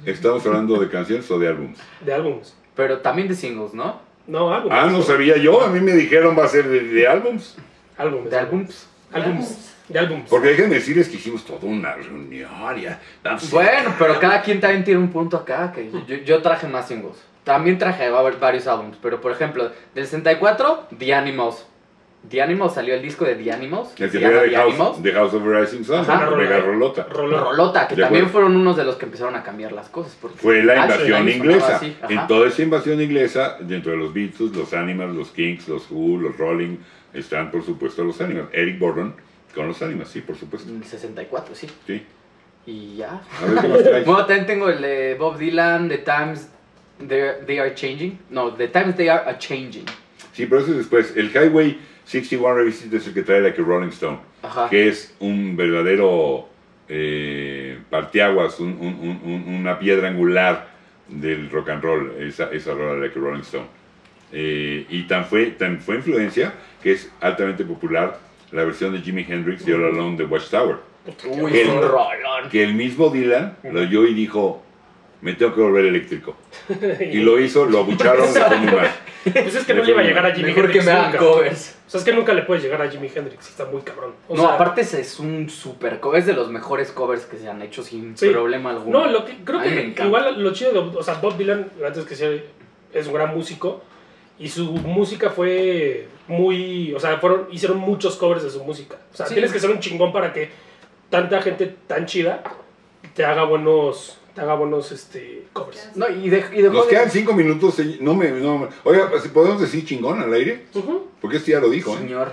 A: Estamos hablando de canciones o de álbumes.
C: De álbumes.
B: Pero también de singles, ¿no?
C: No, álbumes.
A: Ah, no sabía yo. A mí me dijeron va a ser de, de álbumes.
C: Álbumes.
B: De álbums.
C: Álbumes. De álbumes.
A: Porque déjenme decirles que hicimos toda una reunión. ya. Vamos a-
B: Bueno, pero cada quien también tiene un punto acá. que yo, yo traje más singles. También traje va- varios álbumes. Pero por ejemplo, del 64, The Animals. The Animals salió el disco de The Animals.
A: El que
B: se llama
A: era de
B: The
A: House,
B: Animals.
A: de House of Rising Sun,
B: Ajá.
A: mega rolota.
C: Rolón.
B: Rolota, que
A: De
B: también
A: acuerdo.
B: fueron unos de los que empezaron a cambiar las cosas. Porque
A: Fue la
B: Ah, sí,
A: invasión
B: ahí sonaba
A: inglesa.
B: así, ajá.
A: En toda esa invasión inglesa, dentro de los Beatles, los Animals, los Kings, los Who, los Rolling, están por supuesto los Animals. Eric Borden con los Animals, sí, por supuesto.
B: pues, En el 64, sí.
A: Sí.
B: Y ya.
A: A ver qué nos traes.
B: Bueno, también tengo el de Bob Dylan, The Times They, They Are Changing. No, The Times They Are A Changing.
A: Sí, pero eso es después. El Highway 61 Revisited es el que trae la que Rolling Stone,
B: Ajá.
A: que es un verdadero eh, parteaguas, un- un- un- un- una piedra angular del rock and roll, esa, esa rola de la que Rolling Stone. Eh, y tan fue, tan fue influencia que es altamente popular la versión de Jimi Hendrix de All Alone de Watchtower,
B: Uy, es un
A: el-
B: rolón.
A: que el mismo Dylan lo oyó y dijo, me tengo que volver eléctrico. Y lo hizo, lo abucharon de forma humana.
C: Pues es que no le iba a llegar a Jimi
B: Mejor que
C: Hendrix.
B: me hagan
C: nunca.
B: covers.
C: O sea, es que nunca le puedes llegar a Jimi Hendrix. Está muy cabrón. O
B: no,
C: sea,
B: aparte ese es un super cover. Es de los mejores covers que se han hecho sin
C: Sí.
B: problema alguno.
C: No, lo que, creo
B: A mí me
C: que
B: encanta.
C: igual lo chido de. O sea, Bob Dylan, antes que sea, es un gran músico. Y su música fue muy. O sea, fueron, hicieron muchos covers de su música. O sea,
B: Sí.
C: tienes que ser un chingón para que tanta gente tan chida te haga buenos te haga buenos este, covers.
B: No, y, de- y dejó
A: Nos
B: de-
A: quedan cinco minutos. se- No me, no me- Oiga, pues, ¿podemos decir chingón al aire?
C: Ujú.
A: Porque este ya lo dijo, ¿eh?
B: Señor.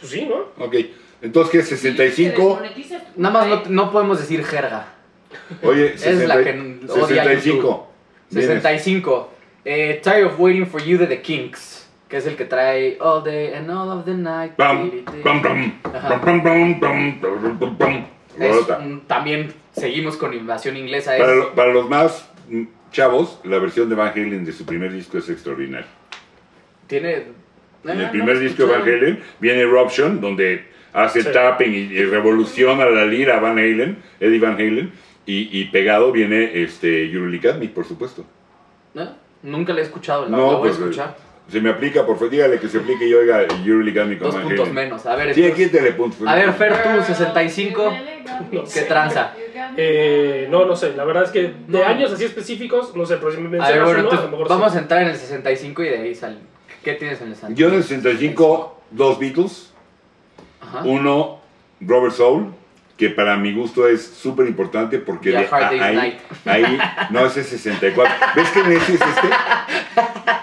C: Pues sí, ¿no?
A: Ok. Entonces, ¿qué? 65.
B: Nada más no, no podemos decir jerga.
A: Oye,
B: Es la
A: 60
B: que odia
A: 65. Vienes.
B: 65. Eh, Tired of Waiting for You de The Kinks. Que es el que trae All Day and All of the Night.
A: Pam,
B: Di, di, di.
A: pam, pam,
B: Ajá.
A: pam, pam, pam, pam, pam, pam, pam.
B: Es,
A: Rolota.
B: mm, también seguimos con invasión inglesa. Es,
A: Para, lo- para los más mm, chavos, la versión de Van Halen de su primer disco es extraordinaria.
B: Tiene.
A: En el
B: Ah,
A: primer
B: no,
A: disco de Van
B: escucharon.
A: Halen viene Eruption, donde hace
C: Sí.
A: tapping y, y revoluciona la lira Van Halen, Eddie Van Halen, y, y pegado viene este Yurulikadmi, por supuesto.
B: ¿No? Nunca lo he escuchado. La,
A: No,
B: la voy a
A: pues,
B: escuchar.
A: Se me aplica, por favor, dígale que se aplique y oiga Yurulikadmi con
B: Dos
A: Van
B: puntos
A: Halen.
B: menos. A ver,
A: Sí,
B: entonces,
A: aquí le puntos.
B: a ver, Fer, tú 65.
C: No
B: ¿Qué tranza?
C: Eh, no, no sé, la verdad es que de
B: No.
C: años así específicos, no sé, pero si me
B: A
C: mencionas
B: ver, bueno,
C: uno, a
B: entonces
C: lo mejor
B: vamos
C: sí.
B: a entrar en el 65 y de ahí sale. ¿Qué tienes en el 65?
A: Yo en el 65, dos Beatles.
B: Ajá.
A: Uno, Robert Soul, que para mi gusto es súper importante porque
B: Ya,
A: de-
B: Hard Day's
A: ahí,
B: Night.
A: ahí, no, ese es 64. ¿Ves que en ese es este?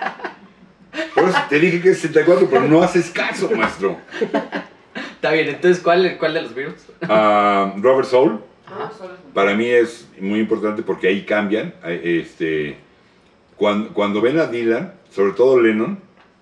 A: Por eso te dije que es 64, pero no haces caso, maestro.
B: Está bien, entonces, ¿cuál, cuál de los virus?
A: Ah, Robert Soul,
D: Ah,
B: Ajá.
A: para mí es muy importante porque ahí cambian. ahí, Este, cuan- cuando, ven a Dylan, sobre todo Lennon,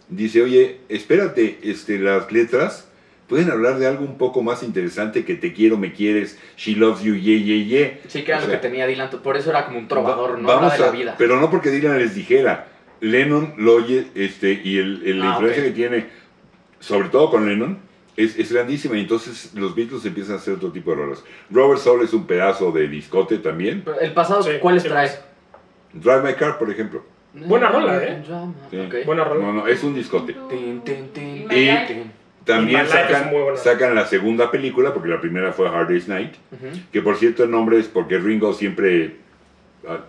A: dice, oye, espérate, este, las letras pueden hablar de algo un poco más interesante que te quiero, me quieres, she loves you, yeah, yeah, yeah.
B: Sí, que era
A: O
B: lo
A: sea,
B: que tenía Dylan. Por eso era como un trovador, ¿no?
A: Va-
B: Hablaba
A: vamos
B: de la
A: a-
B: vida.
A: Pero no porque Dylan les dijera. Lennon lo oye este, y el, el- la
B: Ah,
A: influencia
B: ok.
A: que tiene, sobre todo con Lennon, es, es grandísima. Y entonces los Beatles empiezan a hacer otro tipo de rolas. Robert Soul es un pedazo de discote también.
B: Pero el pasado,
C: Sí,
B: ¿cuáles
C: sí,
B: trae?
A: Drive My Car, por ejemplo.
C: Buena rola, ¿eh?
A: Sí.
B: Ok.
C: Buena rola.
A: No, no, es un discote.
B: Tin, tin, tin,
A: Y-
B: tin, tin.
A: También
C: Himalaya es
A: sacan,
C: muy buena.
A: sacan la segunda película, porque la primera fue Hard Day's Night,
B: Ujú.
A: que por cierto el nombre es porque Ringo siempre ah,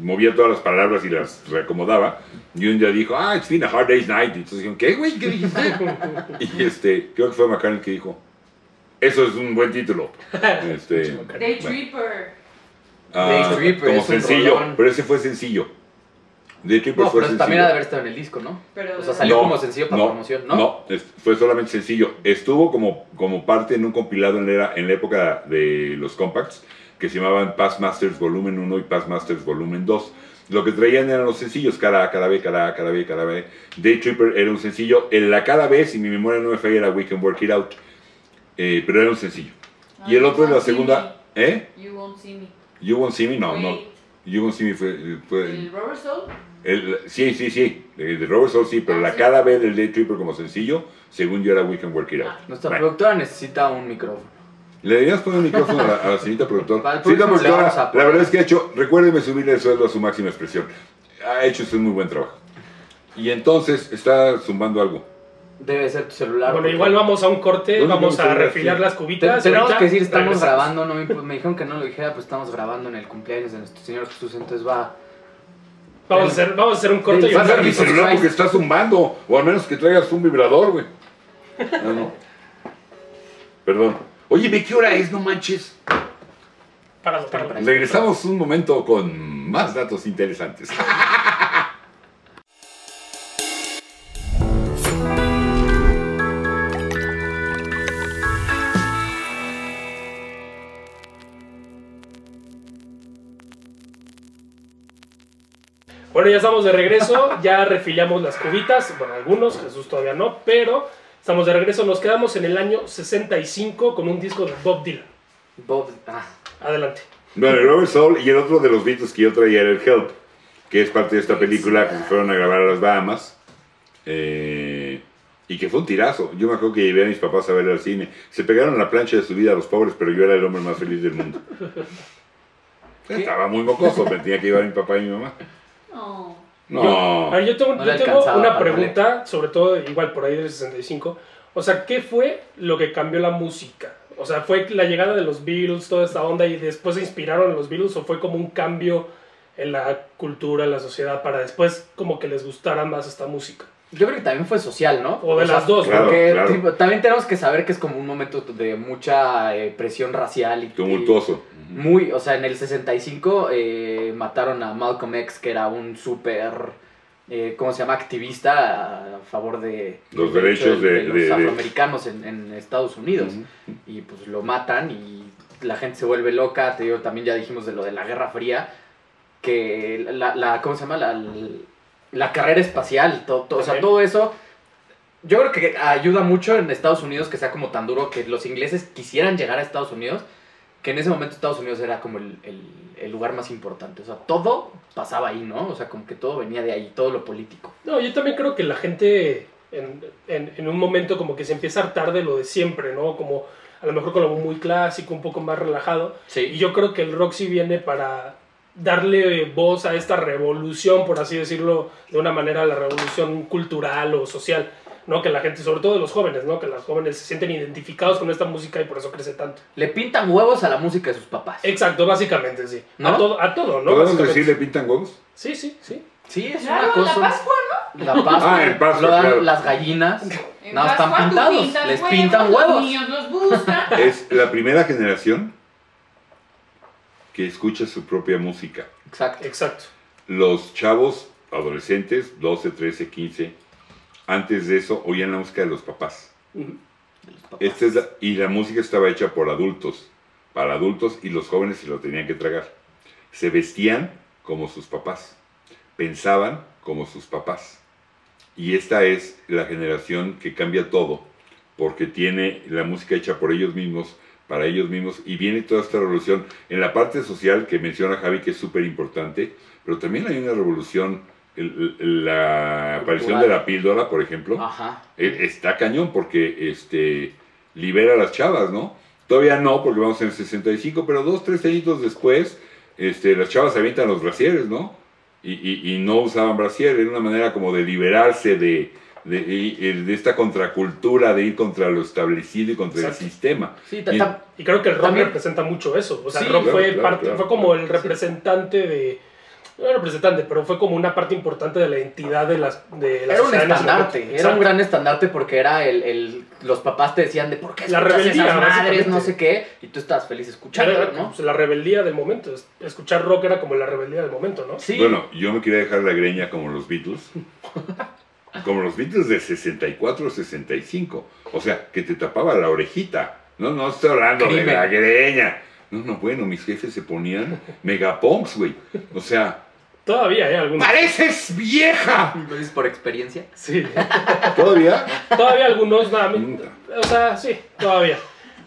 A: movía todas las palabras y las reacomodaba, y un día dijo, ah, it's been a hard day's night, y entonces dijeron, ¿qué, güey? ¿Qué dijiste? y este, creo que fue McCartney que dijo, eso es un buen título. Este,
D: Day Tripper.
A: ah,
B: Day Tripper,
A: como
B: es un
A: sencillo,
B: rolón.
A: pero ese fue sencillo. Day Tripper
B: No,
A: fue
B: pero
A: sencillo.
B: también ha de haber estado en el disco, ¿no?
D: Pero
B: O sea, salió como sencillo para promoción, ¿no?
A: es- fue solamente sencillo. Estuvo como, como parte en un compilado en la, era- en la época de los compacts que se llamaban Past Masters Volumen 1 y Past Masters Volumen 2. Lo que traían eran los sencillos, cara A, cara B, cara A, cara B, cara B. Day Tripper era un sencillo. En la cara B, si mi memoria no me falla, era We Can Work It Out. Eh, pero era un sencillo. Y el otro
D: es
A: es la segunda, ¿eh?
D: You won't see me.
A: You Won't See Me, no,
D: Wait,
A: no. Pues, You Won't See Me fue... fue-
D: El Rubber Soul.
A: el- sí, sí, sí. El de Robert Soul sí, pero
D: Ah,
A: la
D: sí.
A: cara B del Day Tripper como sencillo, según yo era We Can Work It Out.
D: Ah.
B: Nuestra
A: Bueno.
B: productora necesita un micrófono.
A: Le deberías poner un micrófono a la, a la señorita productora.
B: Para el
A: Señorita
B: próximo le
A: productora,
B: vamos a
A: la
B: poner.
A: verdad es que ha hecho, recuérdeme subirle el sueldo a su máxima expresión. Ha hecho usted muy buen trabajo. Y entonces está zumbando algo.
B: Debe ser tu celular.
C: Bueno,
B: porque-
C: igual vamos a un corte,
A: ¿Dónde
C: vamos
A: vamos a
C: a
A: ir?
C: refilar las
B: Te-
C: cubitas.
B: tenemos
C: ahorita
B: que decir, estamos
C: regresamos.
B: grabando, no me, impu- me dijeron que no lo dijera, pues estamos grabando en el cumpleaños de nuestro Señor Jesús, entonces va.
C: Vamos a hacer, vamos a hacer un corte
B: Del-
C: y un
B: Vas
A: Pasa
B: a-
A: mi
B: Jesus
A: celular
B: Christ.
A: porque está zumbando. O al menos que traigas un vibrador, güey. No, no. Perdón. Oye, ¿ve qué hora es? No manches.
C: para los- para los-
A: Regresamos un momento con más datos interesantes.
C: Bueno, ya estamos de regreso, ya refilamos las cubitas, bueno, algunos, Jesús todavía no, pero estamos de regreso, nos quedamos en el año 65 con un disco de Bob Dylan.
B: Bob. Ah,
C: Adelante.
A: Bueno, el Robert Soul y el otro de los Beatles que yo traía era el Help, que es parte de esta película que se fueron a grabar a las Bahamas. eh, y que fue un tirazo. Yo me acuerdo que llevé a mis papás a verla al cine. Se pegaron la plancha de su vida a los pobres, pero yo era el hombre más feliz del mundo. Estaba muy mocoso, me tenía que llevar a mi papá y mi mamá.
D: Oh.
A: No.
C: A ver, yo tengo,
B: No
C: yo
B: le
C: tengo
B: alcanzaba
C: una
B: para
C: pregunta, sobre todo igual por ahí del 65. O sea, ¿qué fue lo que cambió la música? O sea, ¿fue la llegada de los Beatles, toda esta onda, y después se inspiraron en los Beatles? ¿O fue como un cambio en la cultura, en la sociedad, para después como que les gustara más esta música?
B: yo creo que también fue social, ¿no?
C: O de las dos,
A: Claro,
B: porque
A: claro.
B: tipo, también tenemos que saber que es como un momento de mucha eh, presión racial y.
A: Tumultuoso.
B: y- Muy, o sea, en el 65 eh, mataron a Malcolm X, que era un súper, eh, ¿cómo se llama? Activista a, a favor de
A: Los
B: del derecho
A: derechos de-
B: los
A: de- de-
B: afroamericanos en, en Estados Unidos. Y pues lo matan y la gente se vuelve loca. Te digo, también ya dijimos de lo de la Guerra Fría, que la, la- ¿cómo se llama? La, la carrera espacial, todo, todo- o sea,
C: Ajá.
B: todo eso. Yo creo que ayuda mucho en Estados Unidos que sea como tan duro que los ingleses quisieran llegar a Estados Unidos, que en ese momento Estados Unidos era como el, el- el lugar más importante. O sea, todo pasaba ahí, ¿no? O sea, como que todo venía de ahí, todo lo político.
C: No, yo también creo que la gente en, en- en un momento como que se empieza a hartar de lo de siempre, ¿no? Como a lo mejor con algo muy clásico, un poco más relajado. Y
B: Sí.
C: yo creo que el rock sí viene para darle voz a esta revolución, por así decirlo, de una manera, la revolución cultural o social, ¿no? Que la gente, sobre todo de los jóvenes, ¿no? Que los jóvenes se sienten identificados con esta música y por eso crece tanto.
B: Le pintan huevos a la música de sus papás.
C: Exacto, básicamente, sí.
B: ¿No?
C: A, todo, a todo, ¿no?
A: ¿Podemos
C: Básicamente.
A: decirle pintan huevos?
C: Sí, sí, sí.
B: Sí, es
D: Claro,
B: una cosa.
D: la Pascua,
B: La Pascua,
A: Ah, en Pascua,
B: lo dan
A: claro.
B: las gallinas.
D: En
B: No,
D: Pascua
B: están
D: tú
B: pintados,
D: pintas
B: les pintan
D: Los
B: huevos.
D: niños los buscan.
A: Es la primera generación que escucha su propia música.
B: Exacto.
C: Exacto.
A: Los chavos adolescentes, 12, 13, 15, antes de eso oían la música de los papás.
C: Ujú.
B: de los papás.
A: Esta Este es la- y la música estaba hecha por adultos, para adultos y los jóvenes se lo tenían que tragar. Se vestían como sus papás, pensaban como sus papás. Y esta es la generación que cambia todo, porque tiene la música hecha por ellos mismos, para ellos mismos, y viene toda esta revolución en la parte social que menciona Javi, que es súper importante, pero también hay una revolución, el- el- la aparición de la píldora, por ejemplo.
B: Ajá.
A: Eh, Está cañón porque este libera a las chavas, ¿no? Todavía no, porque vamos en el 65, pero dos, tres añitos después, este, las chavas se avientan los brasieres, ¿no? Y, y- y no usaban brasier, era una manera como de liberarse de, de, y- y de esta contracultura, de ir contra lo establecido y contra
C: Exacto.
A: el sistema.
B: Sí, ta-
A: Y-
B: ta-
C: Y creo que el rock
B: También-
C: representa mucho eso. O sea,
B: Sí,
C: el rock
A: claro,
C: fue,
A: claro,
C: parte,
A: claro,
C: fue como
A: claro.
C: el representante de. No era representante, pero fue como una parte importante de la identidad de las. De la
B: era un
C: sociedad nacional.
B: estandarte, era
C: Exacto.
B: un gran estandarte porque era el, el- los papás te decían de por qué
C: La
B: escuchas
C: rebeldía,
B: esas madres,
C: básicamente.
B: no sé qué, y tú estabas feliz
C: Era
B: escuchando, ¿no?
C: pues, la rebeldía del momento. Es- Escuchar rock era como la rebeldía del momento, ¿no?
B: Sí,
A: Bueno, yo me quería dejar la greña como los Beatles. Como los Beatles de 64 65. O sea, que te tapaba la orejita. No, no estoy hablando de
B: Crimen.
A: la greña. No, no, bueno, mis jefes se ponían megapunks, güey. O sea,
C: Todavía hay algunos.
A: ¡pareces vieja!
B: lo dices por experiencia.
C: Sí.
A: Todavía.
C: Todavía algunos, nada, mi-
A: Puta.
C: o sea, sí, todavía.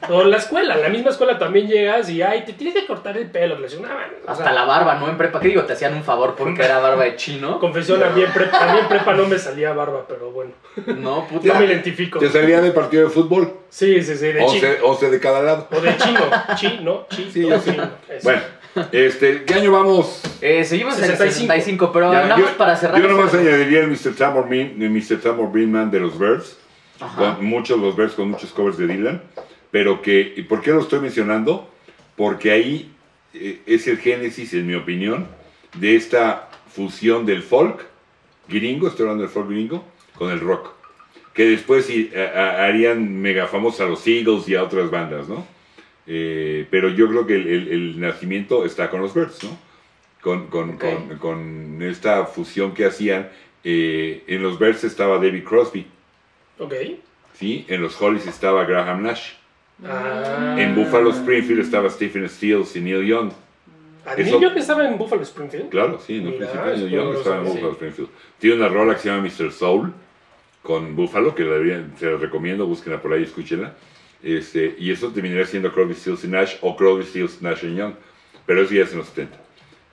C: O en la escuela, en la misma escuela también llegas y, ay, te tienes que cortar el pelo. Le decían, "Ah, man", o
B: Hasta
C: sea,
B: la barba, ¿no? En prepa, ¿qué digo? Te hacían un favor porque era barba de chino.
C: Confesión, a mí, en prepa, a mí en prepa no me salía barba, pero bueno,
B: No, puta.
C: no me identifico.
A: Te salía de partido de fútbol.
C: Sí, sí, sí, de chino.
A: 11, 11 de cada lado.
C: O de chino. Chino, chino.
A: Sí, yo sé.
C: chino. Eso.
A: Bueno, este, ¿qué año vamos?
B: Eh, seguimos en el
C: 65,
B: 65, pero
A: Ya,
B: nada
A: yo,
B: más para cerrar.
A: Yo nomás
B: eso-
A: añadiría el Mr. Tambourine, el Mr. Tambourine Man de los Birds.
B: Ajá.
A: con muchos los versos con muchos covers de Dylan, pero que, ¿y por qué lo estoy mencionando? Porque ahí eh, es el génesis, en mi opinión, de esta fusión del folk gringo, estoy hablando del folk gringo, con el rock, que después sí, a- a- harían mega famosos a los Eagles y a otras bandas, ¿no? Eh, pero yo creo que el, el- el nacimiento está con los Birds, ¿no? Con, con-
B: Ok.
A: con- con esta fusión que hacían. eh, en los Birds estaba David Crosby,
C: Ok.
A: ¿sí? En los Hollies estaba Graham Nash.
C: Ah.
A: En Buffalo Springfield estaba Stephen Stills y Neil Young.
C: ¿Al
A: Eso-
C: niño que estaba en Buffalo Springfield?
A: Claro, sí, en un
C: Mira,
A: principio Neil
C: es
A: Young
C: poderoso,
A: estaba en
C: sí.
A: Buffalo Springfield. Tiene una rola que se llama Mr. Soul con Buffalo, que la deberían- se la recomiendo, búsquenla por ahí, escúchenla. Este, y eso terminaría siendo Crosby, Stills y Nash o Crosby, Stills, Nash y Young. Pero eso ya es en los 70.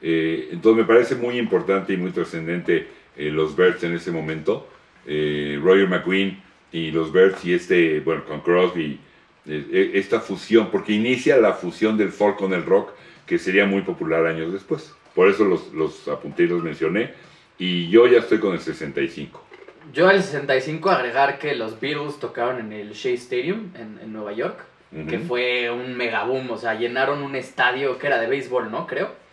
A: Eh, entonces me parece muy importante y muy trascendente eh, los Birds en ese momento. Eh, Roger McQueen y los Birds y este, bueno, con Crosby, eh, eh, esta fusión, porque inicia la fusión del folk con el rock, que sería muy popular años después. Por eso los, los apunté y los mencioné. Y yo ya estoy con el 65.
B: Yo al 65 agregar que los Beatles tocaron en el Shea Stadium en, en Nueva York,
A: Ujú.
B: que fue un mega boom, o sea, llenaron un estadio que era de béisbol, ¿no? Creo.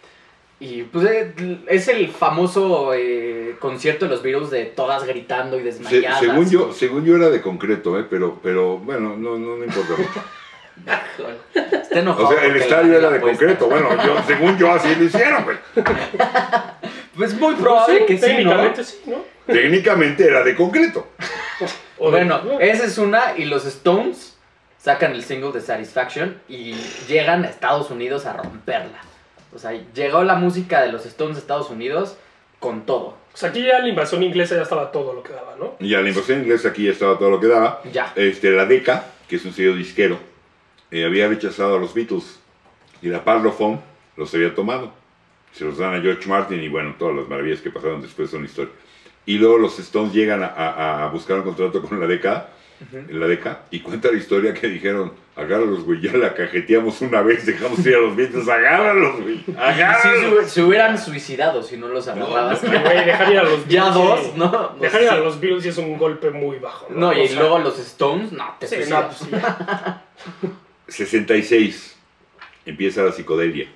B: Y pues eh, es el famoso eh, concierto de los Beatles de todas gritando y
A: Se-
B: desmayadas.
A: según, yo, según yo era de concreto, ¿eh? pero, pero bueno, no, no, no importa mucho.
B: Está enojado.
A: O sea, el
B: porque
A: estadio
B: la-
A: era
B: la
A: de
B: apuesta.
A: concreto. Bueno, yo, según yo así lo hicieron, güey.
B: Pues muy probable
C: Sí,
B: que sí, ¿no?
C: técnicamente sí, ¿no?
A: Técnicamente era de concreto.
C: O de-
B: Bueno, eh- esa es una y los Stones sacan el single de Satisfaction y llegan a Estados Unidos a romperla. O sea, llegó la música de los Stones a Estados Unidos con todo.
C: O sea, Pues aquí ya la invasión inglesa ya estaba todo lo que daba, ¿no?
A: Y a la inversión inglesa aquí ya estaba todo lo que daba.
B: Ya.
A: Este, la DECA, que es un sello disquero, eh, había rechazado a los Beatles y la Parlophone los había tomado. Se los dan a George Martin y bueno, todas las maravillas que pasaron después son historia. Y luego los Stones llegan a, a- a buscar un contrato con la DECA,
B: Ujú.
A: la DECA y cuenta la historia que dijeron, agárralos, güey, ya la cajeteamos una vez, dejamos ir a los Beatles, agárralos, güey,
B: Sí, se,
A: agárralos.
B: hubieran- se hubieran suicidado si no los agarrabas.
C: Que, güey, dejar ir a los
B: Ya
C: Beatles,
B: dos,
C: sí.
B: ¿no? No,
C: Dejar
B: sé.
C: ir a los Beatles sí es un golpe muy bajo.
B: No, y
C: O sea,
B: luego los Stones, no, te
C: sí,
B: suicidas.
C: no, pues sí.
A: 66, empieza la psicodelia.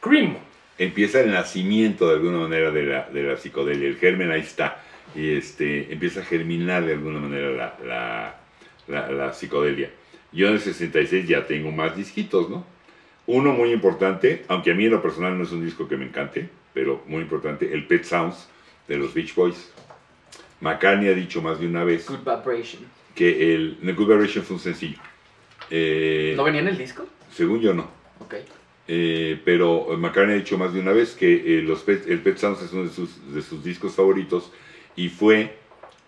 C: Cream.
A: empieza el nacimiento de alguna manera de la, de la psicodelia, el germen ahí está, y este, empieza a germinar de alguna manera la, la, la- la psicodelia. Yo en el 66 ya tengo más disquitos, ¿no? Uno muy importante, aunque a mí en lo personal no es un disco que me encante, pero muy importante, el Pet Sounds de los Beach Boys. McCartney ha dicho más de una vez
B: Good Vibration.
A: que el The Good Vibration fue un sencillo. Eh,
B: ¿No venía en el disco?
A: Según yo no.
B: Ok.
A: Eh, pero McCartney ha dicho más de una vez que eh, los Pet- el Pet Sounds es uno de sus, de sus discos favoritos y fue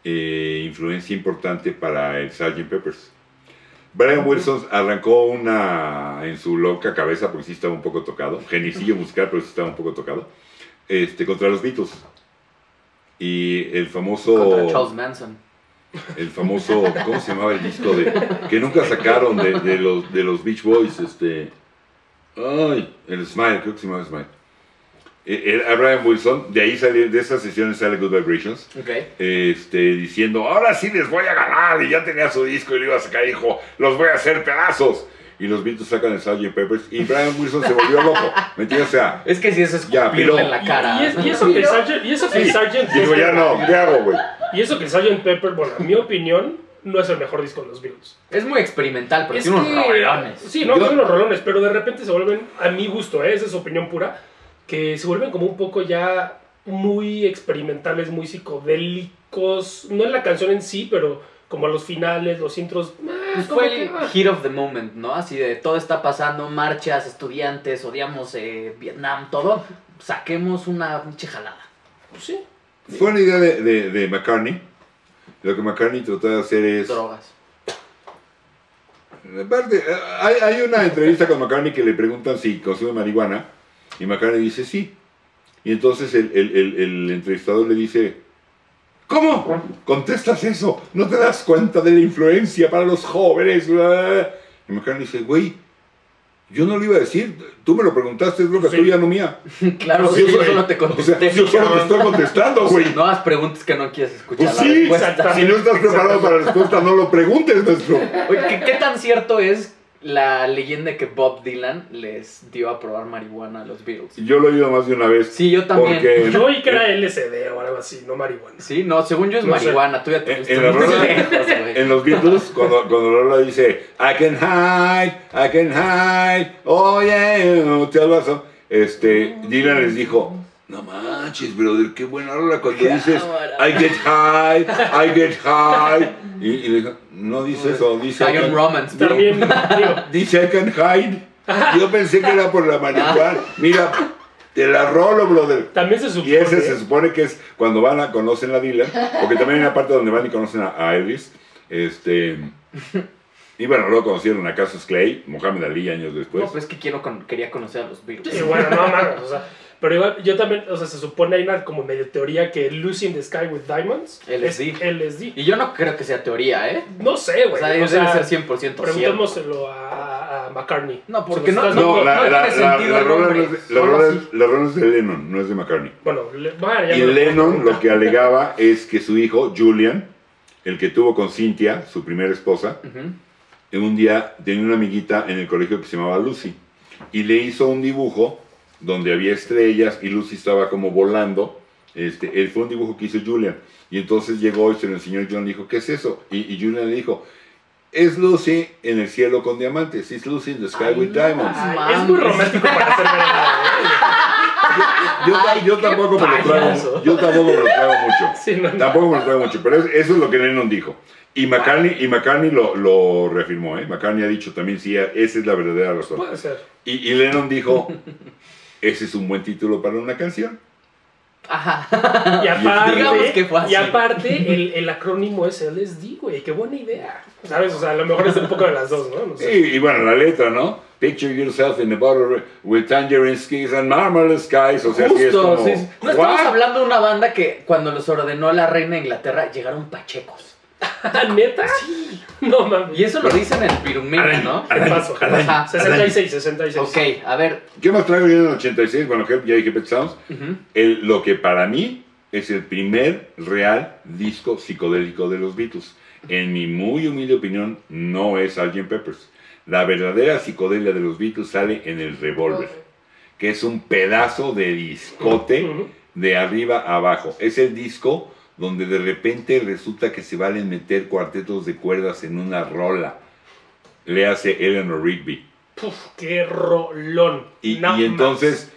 A: eh, influencia importante para el Sgt. Peppers. Brian Wilson arrancó una en su loca cabeza porque sí estaba un poco tocado, genicillo musical, pero sí estaba un poco tocado, este, contra los Beatles. Y el
B: Contra Charles
A: famoso,
B: Manson.
A: el famoso, ¿cómo se llamaba el disco de que nunca sacaron de, de los, de los Beach Boys? Este, Ay, el Smile, creo que se llama Smile. E, El, Abraham Wilson, de ahí sale, de esas sesiones sale Good Vibrations,
B: Ok.
A: este, diciendo, ahora sí les voy a ganar, y ya tenía su disco y lo iba a sacar, hijo, los voy a hacer pedazos. Y los Beatles sacan el Sgt. Peppers y Brian Wilson se volvió loco, ¿me entiendes? O sea,
B: Es que si eso es
A: Ya, pero-
B: escupirle en la cara.
C: Y, es- y eso que Sgt. Y eso que
A: sí,
C: Sgt.
A: digo,
C: es-
A: ya no, ¿qué hago, güey?
C: Y eso que Sgt. Pepper, bueno, en mi opinión, no es el mejor disco de los Beatles.
B: Es muy experimental, pero tiene unos
C: que-
B: rolones.
C: Sí, no,
A: Yo-
C: tiene unos rolones, pero de repente se vuelven, a mi gusto, ¿eh? esa es opinión pura, que se vuelven como un poco ya muy experimentales, muy psicodélicos. No en la canción en sí, pero como a los finales, los intros. ah,
B: Pues
C: como
B: fue
C: que,
B: el
C: ah.
B: hit of the moment, ¿no? Así de todo está pasando, marchas, estudiantes, odiamos eh, Vietnam, todo. Saquemos una pinche jalada.
C: Pues sí.
A: Fue una idea de, de- de McCartney. Lo que McCartney trataba de hacer es...
B: Drogas.
A: Aparte, eh, hay, hay una entrevista con McCartney que le preguntan si consume marihuana y McCartney dice sí. Y entonces el, el- el- el entrevistador le dice, ¿cómo? Contestas eso, no te das cuenta de la influencia para los jóvenes. bla, bla, bla". Y McCartney dice, güey, yo no lo iba a decir, tú me lo preguntaste, es bronca
C: Sí.
A: tuya, no mía.
B: claro,
A: Sí,
B: sí, yo
A: güey.
B: solo te
A: O sea,
B: contesté.
A: yo solo te estoy contestando, güey.
B: No hagas preguntas que no quieres escuchar.
A: Pues
B: la
A: sí,
B: respuesta.
A: si no estás preparado para la respuesta, no lo preguntes, nuestro.
B: Oye, ¿qué, qué tan cierto es la leyenda que Bob Dylan les dio a probar marihuana a los Beatles?
A: Yo lo he oído más de una vez.
B: Sí, yo también.
A: Porque
C: Yo oí que
A: eh.
C: era LSD o algo así, no marihuana.
B: Sí, no, según yo es
A: No sé. Eh,
B: marihuana. Tú ya te
A: En-
B: fuiste
A: en la
B: muy
A: rola-
B: lejos, güey.
A: En los Beatles, cuando, cuando Lola dice, I can hide, I can hide, oh yeah, te abrazo", Este, Dylan les dijo, no manches, brother, qué buena Lola cuando dices,
B: Cámara.
A: I get high, I get high. Y, y le dijo, no dice eso, dice, I
B: Hay un
A: can,
B: romance, pero-
C: También, digo,
A: dice, "I can hide. Yo pensé que era por la marihuana. Mira, te la rolo, brother.
C: también se supone.
A: Y ese se supone que es cuando van a conocen a Dylan, porque también hay una parte donde van y conocen a, a Elvis. Este, y bueno, luego conocieron a Cassius Clay, Mohamed Ali años después.
B: No, pues es que quiero con- quería conocer a los Beatles.
C: Sí, bueno, no mames, o sea, pero igual, yo también, o sea, se supone hay una como medio teoría que Losing the Sky with Diamonds
B: LSD.
C: es LSD.
B: Y yo no creo que sea teoría, ¿eh.
C: No sé,
B: O
C: güey.
B: sea, debe
C: o sea,
B: ser 100% cierto.
C: preguntémoselo a, a McCartney.
B: No, porque
C: Se lo
B: no-
C: estás-
A: No, la,
B: no
A: la-
B: tiene
A: la-
B: sentido
A: la
B: el
A: rola
B: nombre,
A: no es de- la
B: solo
A: rola
B: así. Ah,
A: es- la rola es de Lennon, no es de McCartney.
C: Bueno, le- bueno, ya
A: Y
C: me lo-
A: Lennon lo que alegaba es que su hijo, Julian, el que tuvo con Cynthia, su primera esposa,
B: Ujú.
A: en un día tenía una amiguita en el colegio que se llamaba Lucy y le hizo un dibujo donde había estrellas y Lucy estaba como volando. Este, él fue un dibujo que hizo Julian y entonces llegó y se lo enseñó y Julian dijo, ¿qué es eso? Y, y Julian le dijo, Es Lucy en el cielo con diamantes. It's Lucy in the sky
B: Ay,
A: with
B: no.
A: diamonds.
B: Ay,
C: Ay, Ah, es muy
B: mames.
C: romántico para ser verdad.
A: Yo, ta-
B: Ay,
A: yo
B: qué
A: tampoco me lo
C: payaso.
A: traigo. Yo tampoco me lo traigo mucho.
C: Sí, no, no.
A: Tampoco me lo traigo mucho. Pero es- eso es lo que Lennon dijo. Y McCartney, y McCartney lo, lo reafirmó. ¿eh? McCartney ha dicho también, sí, esa es la verdadera razón.
C: Puede ser.
A: Y, y Lennon dijo, ese es un buen título para una canción.
B: Ajá.
C: Y aparte,
B: Ah, Digamos que fue así.
C: Y aparte el, el acrónimo es LSD, güey. Qué buena idea. ¿Sabes? O sea, a lo mejor es un poco de las dos, ¿no? No
A: Sí,
C: sé.
A: y bueno, la letra, ¿no? Picture yourself in a bottle with tangerine skis and marmalade skies. O sea, sí es
B: Justo.
A: como,
B: sí, sí. No
A: "What?".
B: estamos hablando de una banda que cuando los ordenó la reina de Inglaterra llegaron pachecos.
C: Ah, ¿Neta? Sí. No mames.
B: Y eso lo dicen en Pirumena, ¿no?
C: ¿Qué pasó?
B: Ajá.
C: 66, 66.
B: Ok, a ver.
A: ¿Qué más traigo yo en el 86? Bueno, Help, ya dije Pet Sounds.
B: ujú.
A: el- lo que para mí es el primer real disco psicodélico de los Beatles. En mi muy humilde opinión, no es Sgt. Peppers. La verdadera psicodelia de los Beatles sale en el Revolver, que es un pedazo de discote
C: Ujú.
A: de arriba a abajo. Es el disco donde de repente resulta que se valen meter cuartetos de cuerdas en una rola. Le hace Eleanor Rigby.
C: Puf, qué rolón.
A: Y,
C: No
A: y entonces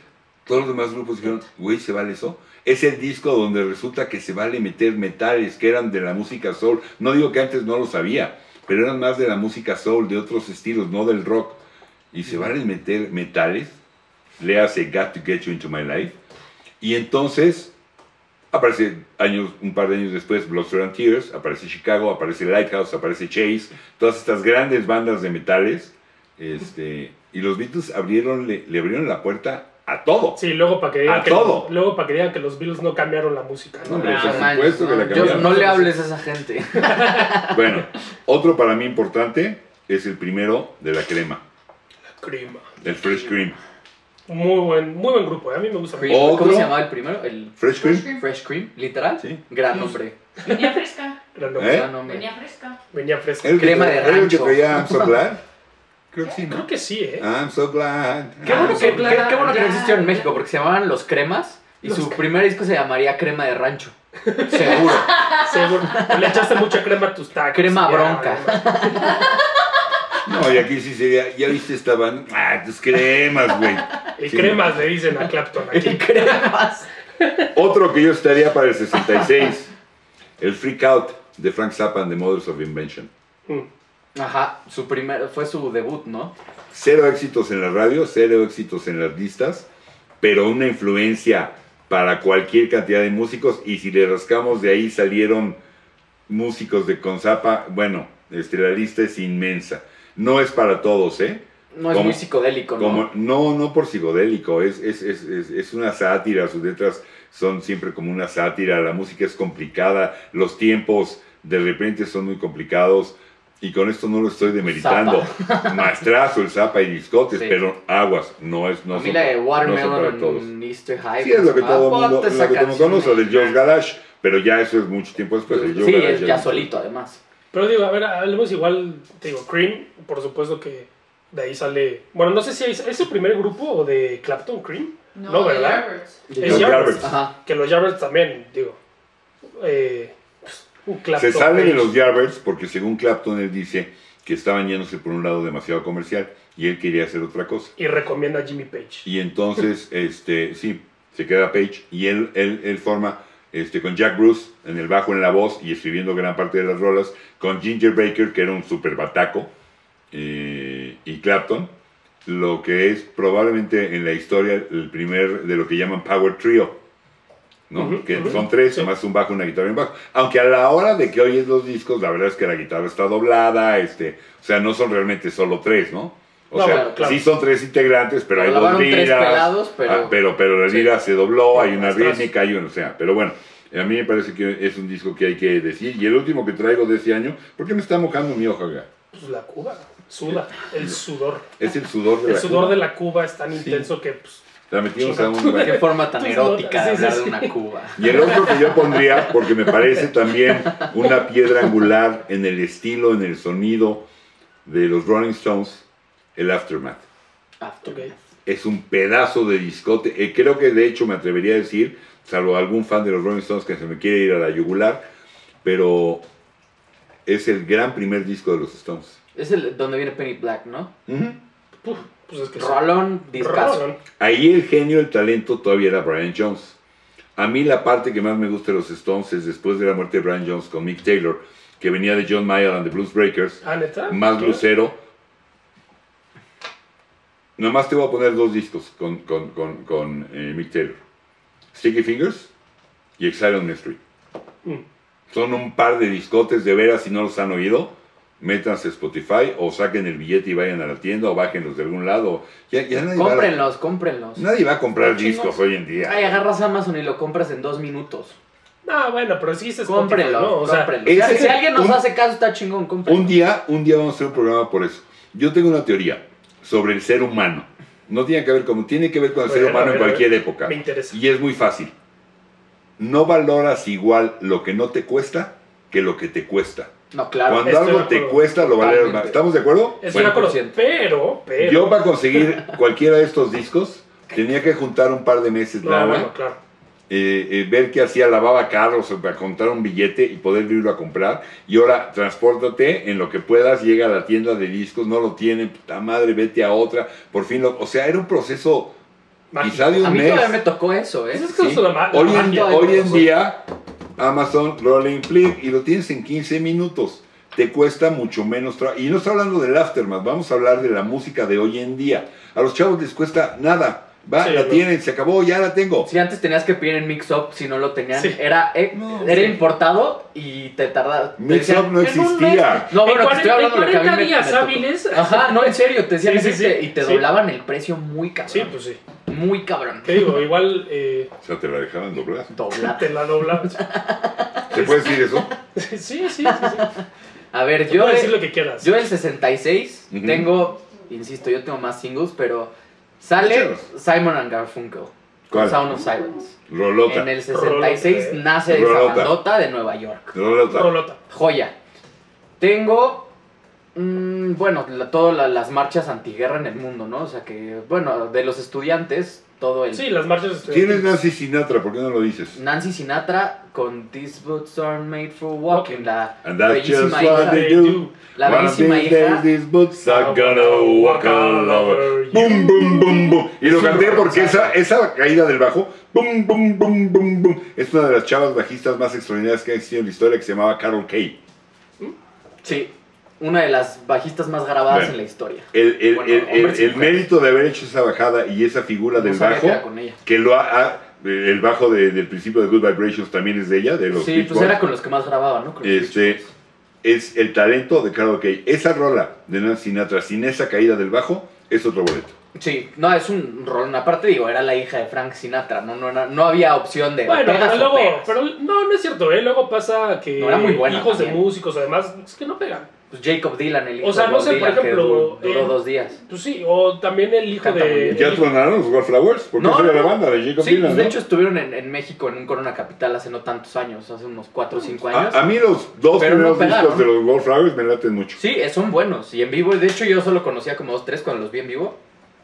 A: todos los demás grupos dijeron, güey, ¿se vale eso? Es el disco donde resulta que se vale meter metales que eran de la música soul. No digo que antes no lo sabía, pero eran más de la música soul, de otros estilos, no del rock. Y se vale meter metales, le hace Got to Get You Into My Life. Y entonces aparece años, un par de años después Blood, Sweat and Tears, aparece Chicago, aparece Lighthouse, aparece Chase, todas estas grandes bandas de metales. Este, y los Beatles abrieron, le, le abrieron la puerta a todo.
C: Sí, luego para que digan
A: A
C: que
A: todo.
C: luego para que digan que los Beatles no cambiaron la música, ¿no?
A: No, hombre,
B: Ah,
A: por
B: man,
A: supuesto que
B: no,
A: la
B: yo-
A: cambiaron.
B: no le hables a esa gente.
A: Bueno, otro para mí importante es el primero de la crema,
C: Crema.
A: el Fresh Cream.
C: Muy buen, muy buen grupo, eh, a mí me gusta mucho.
A: Otro.
B: ¿Cómo se llamaba el primero? El
A: ¿Fresh Cream?
B: Fresh Cream, literal.
A: Sí.
B: Gran nombre.
D: Venía fresca.
C: Gran nombre.
A: ¿Eh?
B: Gran nombre.
D: Venía fresca.
C: Venía fresco.
A: ¿El que
B: Crema
A: tra-
B: de
A: era el que
B: rancho.
A: traía I'm So Glad? Creo que sí,
C: Creo
A: ¿no?
C: que sí, ¿eh?
A: I'm So Glad.
B: Qué bueno, que,
D: sí, claro,
B: qué- qué bueno que no
D: ya.
B: existió en México porque se llamaban Los Cremas y
C: Los
B: su
C: Cre-
B: primer disco se llamaría Crema de Rancho. Seguro.
A: Ah.
C: Seguro. Le echaste mucha crema a tus tacos.
B: Crema
C: Ya,
B: bronca.
C: ya.
A: No, y aquí sí sería, ¿ya viste esta banda? Ah, tus cremas, güey.
C: El
A: Sí.
C: cremas le dicen a Clapton aquí.
B: Cremas.
A: Otro que yo estaría para el 66, el Freak Out de Frank Zappa and the Mothers of Invention.
C: Mm.
B: Ajá, su primer, fue su debut, ¿no?
A: Cero éxitos en la radio, cero éxitos en las listas, pero una influencia para cualquier cantidad de músicos y si le rascamos de ahí salieron músicos de con Zappa, bueno, este, la lista es inmensa. No es para todos, ¿eh?
B: No es
A: ¿Cómo?
B: muy psicodélico, ¿no?
A: Como, no, no por psicodélico, es, es, es, es, es una sátira, sus letras son siempre como una sátira, la música es complicada, los tiempos de repente son muy complicados, y con esto no lo estoy demeritando. Maestrazo el Zapa y discotes,
B: Sí.
A: pero aguas, no es... No
B: a mí
A: son-
B: la de
A: no son para
B: Watermelon
A: todos.
B: en Easter High.
A: Sí, es lo que
B: ah,
A: todo
B: ponte
A: mundo, lo
B: esa
A: que todo mundo
B: canción. ¿eh?
A: conoce, el de Josh Garage, pero ya eso es mucho tiempo después. el Josh
B: sí,
A: Garage
B: es ya
A: es-
B: solito, además.
C: Pero digo, a ver, hablemos igual, te digo, Cream, por supuesto que de ahí sale. Bueno, no sé si es, ¿es el primer grupo o de Clapton Cream. No, ¿verdad?
B: De
C: Es
A: Los
C: Yardbirds.
A: Yardbirds.
B: Ajá.
C: Que los Jarvis también, digo. Eh, un Clapton.
A: Se sale de
C: Page.
A: los Yardbirds porque según Clapton él dice que estaban yéndose por un lado demasiado comercial y él quería hacer otra cosa.
C: Y recomienda a Jimmy Page.
A: Y entonces, este, sí, se queda Page y él, él, él forma este, con Jack Bruce en el bajo, en la voz y escribiendo gran parte de las rolas, con Ginger Baker, que era un super bataco, eh, y Clapton, lo que es probablemente en la historia el primer de lo que llaman Power Trio. ¿no?
C: Ujú,
A: que
C: ujú,
A: son tres,
C: sí.
A: más un bajo, una guitarra y un bajo. Aunque a la hora de que oyes los discos, la verdad es que la guitarra está doblada, este, o sea, no son realmente solo tres, ¿no? O
C: No,
A: sea,
B: claro,
C: claro.
A: sí son tres integrantes, pero
B: Pero
A: hay dos
B: lavaron tres
A: liras.
B: pelados, pero-
A: Ah, pero, pero la
B: Sí.
A: lira se dobló, hay una
C: Atrás.
A: rítmica, hay una, o sea, pero bueno. A mí me parece que es un disco que hay que decir. Y el último que traigo de ese año, ¿por qué me está mojando mi hoja? acá?
C: Pues la Cuba. Suda. El sudor.
A: Es el sudor de
C: El
A: la
C: sudor
A: cuba.
C: de la Cuba es tan intenso que pues,
A: La metimos a un...
B: Qué forma tan
C: Tus
B: erótica de
C: notas, sí,
B: hablar
C: sí, Ah,
B: de una Cuba.
A: Y el otro que yo pondría, porque me parece también una piedra angular en el estilo, en el sonido de los Rolling Stones, el Aftermath.
B: After.
C: Ok.
A: Es un pedazo de discote. eh, creo que de hecho me atrevería a decir, salvo algún fan de los Rolling Stones que se me quiere ir a la yugular, pero es el gran primer disco de los Stones.
B: Es el donde viene Penny Black, ¿no?
A: Ujú.
C: Puf, pues es que sí.
B: Rolón, discazo.
C: Rolón.
A: Ahí el genio, el talento todavía era Brian Jones. A mí la parte que más me gusta de los Stones es después de la muerte de Brian Jones con Mick Taylor, que venía de John Mayer and the Blues Breakers,
C: Ah, neta.
A: más
C: ¿Qué?
A: blusero. Nomás te voy a poner dos discos con, con- con- con, eh, Mick Taylor. Sticky Fingers y Exile on Main Street.
C: Mm.
A: Son un par de discotes, de veras, si no los han oído, métanse a Spotify o saquen el billete y vayan a la tienda o bájenlos de algún lado. Ya, ya nadie, va a,
B: Cómprenlos, cómprenlos.
A: nadie va a comprar
C: Chingos.
A: discos hoy en día.
B: Ay, agarras Amazon y lo compras en dos minutos.
C: No, bueno, pero sí se
B: Cómprenlo,
C: ¿no? O sea,
B: cómprenlo.
A: ese
B: Si- si
A: es
B: alguien nos
A: un-
B: hace caso, está chingón, cómprenlo.
A: Un día, un día vamos a hacer un programa por eso. Yo tengo una teoría sobre el ser humano. No tiene que ver con, tiene que ver con el ser
C: Bueno, a
A: humano en
C: ver, a ver.
A: cualquier época.
C: me interesa.
A: Y es muy fácil. No valoras igual lo que no te cuesta que lo que te cuesta.
B: No, claro.
A: Cuando
C: estoy de
A: algo te
C: acuerdo.
A: cuesta, lo valoras
B: Totalmente.
A: más. ¿Estamos de acuerdo?
C: Estoy
A: Bueno,
C: de acuerdo.
B: 100%.
C: Pero, pero.
A: Yo para conseguir cualquiera de estos discos tenía que juntar un par de meses
C: No,
A: lana,
C: bueno, claro.
A: eh, eh, ver qué hacía, lavaba carros o para contar un billete y poder irlo a comprar. Y ahora transpórtate en lo que puedas, llega a la tienda de discos, no lo tienen, puta madre, vete a otra. Por fin, lo- o sea, era un proceso
C: Mágico.
A: quizá de un
B: A mí
A: mes.
B: todavía me tocó eso, ¿eh?
C: Eso Pues es que es la ma- la
A: Hoy en,
C: magia.
B: de
A: hoy en
B: todo.
A: día, Amazon Rolling Flip y lo tienes en 15 minutos. Te cuesta mucho menos trabajo. Y no estoy hablando del aftermath, vamos a hablar de la música de hoy en día. A los chavos les cuesta nada. Va,
C: Sí,
A: la
C: no.
A: tienen, se acabó, ya la tengo.
B: Si antes tenías que pedir en Mix Up, si no lo tenían,
C: Sí.
B: era, eh,
A: No,
B: era
A: sí.
B: importado y te tardaba. te
A: Mix
B: decían,
A: Up no
B: "En un mes".
A: existía.
B: No, bueno,
C: En
B: te estoy
C: 40
B: hablando de lo que a mí me-
C: días
B: me tocó.
C: hábiles.
B: Ajá, no, en serio, te decían
C: Sí, sí,
B: eso y te-
C: sí.
B: y te
C: Sí.
B: doblaban el precio muy cabrón.
C: Sí, pues sí.
B: Muy cabrón.
C: ¿Qué digo? Igual eh,
A: O sea, te la dejaban doblar.
B: Doblate.
C: te la dobla.
A: ¿Se puede decir eso?
C: Sí, sí, sí. sí.
B: A ver,
C: Yo
B: yo.
C: decir
B: de-
C: lo que quieras.
B: Yo el 66
A: Ujú.
B: tengo, insisto, yo tengo más singles, pero sale Simon and Garfunkel
A: ¿Cuál?
B: con Sound of Silence.
A: Rolota.
B: En el 66
C: Rolota, eh.
B: nace esa
A: Rolota.
B: bandota de Nueva York.
A: Rolota.
C: Rolota.
B: Joya. Tengo, mm, bueno, la- todas la- las marchas antiguerra en el mundo, ¿no? O sea que, bueno, de los estudiantes, todo el...
C: Sí, las marchas este,
A: ¿Quién es
C: estudiantiles.
A: Nancy Sinatra? ¿Por qué no lo dices?
B: Nancy Sinatra con These Boots Are Made for Walking, la
A: And that's
B: bellísima
A: just what
B: hija,
A: they-
C: They do.
B: la
A: One of
B: bellísima
A: these
B: hija
A: days these boots are
C: Ah,
A: gonna walk all over. Boom, boom, boom, boom. Y lo
C: Es un
A: canté porque esa,
C: rolonzazo.
A: esa caída del bajo, boom, boom, boom, boom, boom, es una de las chavas bajistas más extraordinarias que ha existido en la historia que se llamaba Carol Kay.
B: Sí, una de las bajistas más grabadas
A: Bueno.
B: en la historia.
A: El, el-
B: Bueno,
A: el-
B: hombres
A: el-
B: y
A: el
B: mujeres.
A: mérito de haber hecho esa bajada y esa figura
B: No
A: del
B: sabía
A: bajo,
B: que era con ella.
A: que lo ha, ha- el bajo de- del principio de Good Vibrations también es de ella, de los
B: Sí,
A: Beach
B: pues
A: Boys.
B: era con los que más grababa, ¿no? Con los
A: Este,
B: Beach Boys.
A: es el talento de Carol Kay. Esa rola de Nancy Sinatra sin esa caída del bajo es otro boleto.
B: Sí, no, es un rolón. Aparte, digo, era la hija de Frank Sinatra, ¿no? No, era- no había opción de.
C: Bueno,
B: pegas
C: pero
B: o
C: luego,
B: pegas.
C: pero no, no es cierto, ¿eh? Luego pasa que
B: No, era muy buena
C: hijos de
B: también.
C: músicos, además, es que no pegan.
B: Pues Jacob Dylan, el hijo
C: sea,
B: de
C: no
B: Bob
C: sé, por
B: Dylan, que
C: ejemplo,
B: duró, duró
C: eh,
B: dos días.
C: Pues sí, o también el hijo
B: Canta muy
C: de...
B: bien.
A: ¿Ya tronaron los Wallflowers? Porque
B: Eh, No,
A: esa era
B: no,
A: la banda de Jacob
B: Sí,
A: Dylan,
B: pues, de
A: ¿no?
B: hecho estuvieron en, en México en un Corona Capital hace no tantos años, hace unos 4 o 5 años.
A: a, a mí los dos
B: Pero no
A: primeros
B: pegaron.
A: discos de los Wallflowers me laten mucho.
B: Sí, eh, son buenos. Y en vivo, de hecho, yo solo conocía como dos, tres cuando los vi en vivo.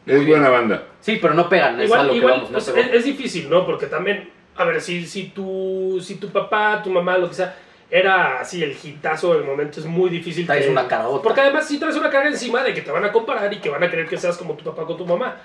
B: Muy
A: es
B: bien.
A: buena banda.
B: Sí, pero no pegan, es a
C: Igual,
B: lo
C: igual,
B: que vamos, no
C: pues,
B: pegan.
C: es, es difícil, ¿no? Porque también, a ver, si, si, tu, si tu papá, tu mamá, lo que sea, era así el hitazo del momento, es muy difícil.
B: Traes
C: que-
B: una cargota.
C: Porque además si traes una carga encima de que te van a comparar y que van a querer que seas como tu papá con tu mamá.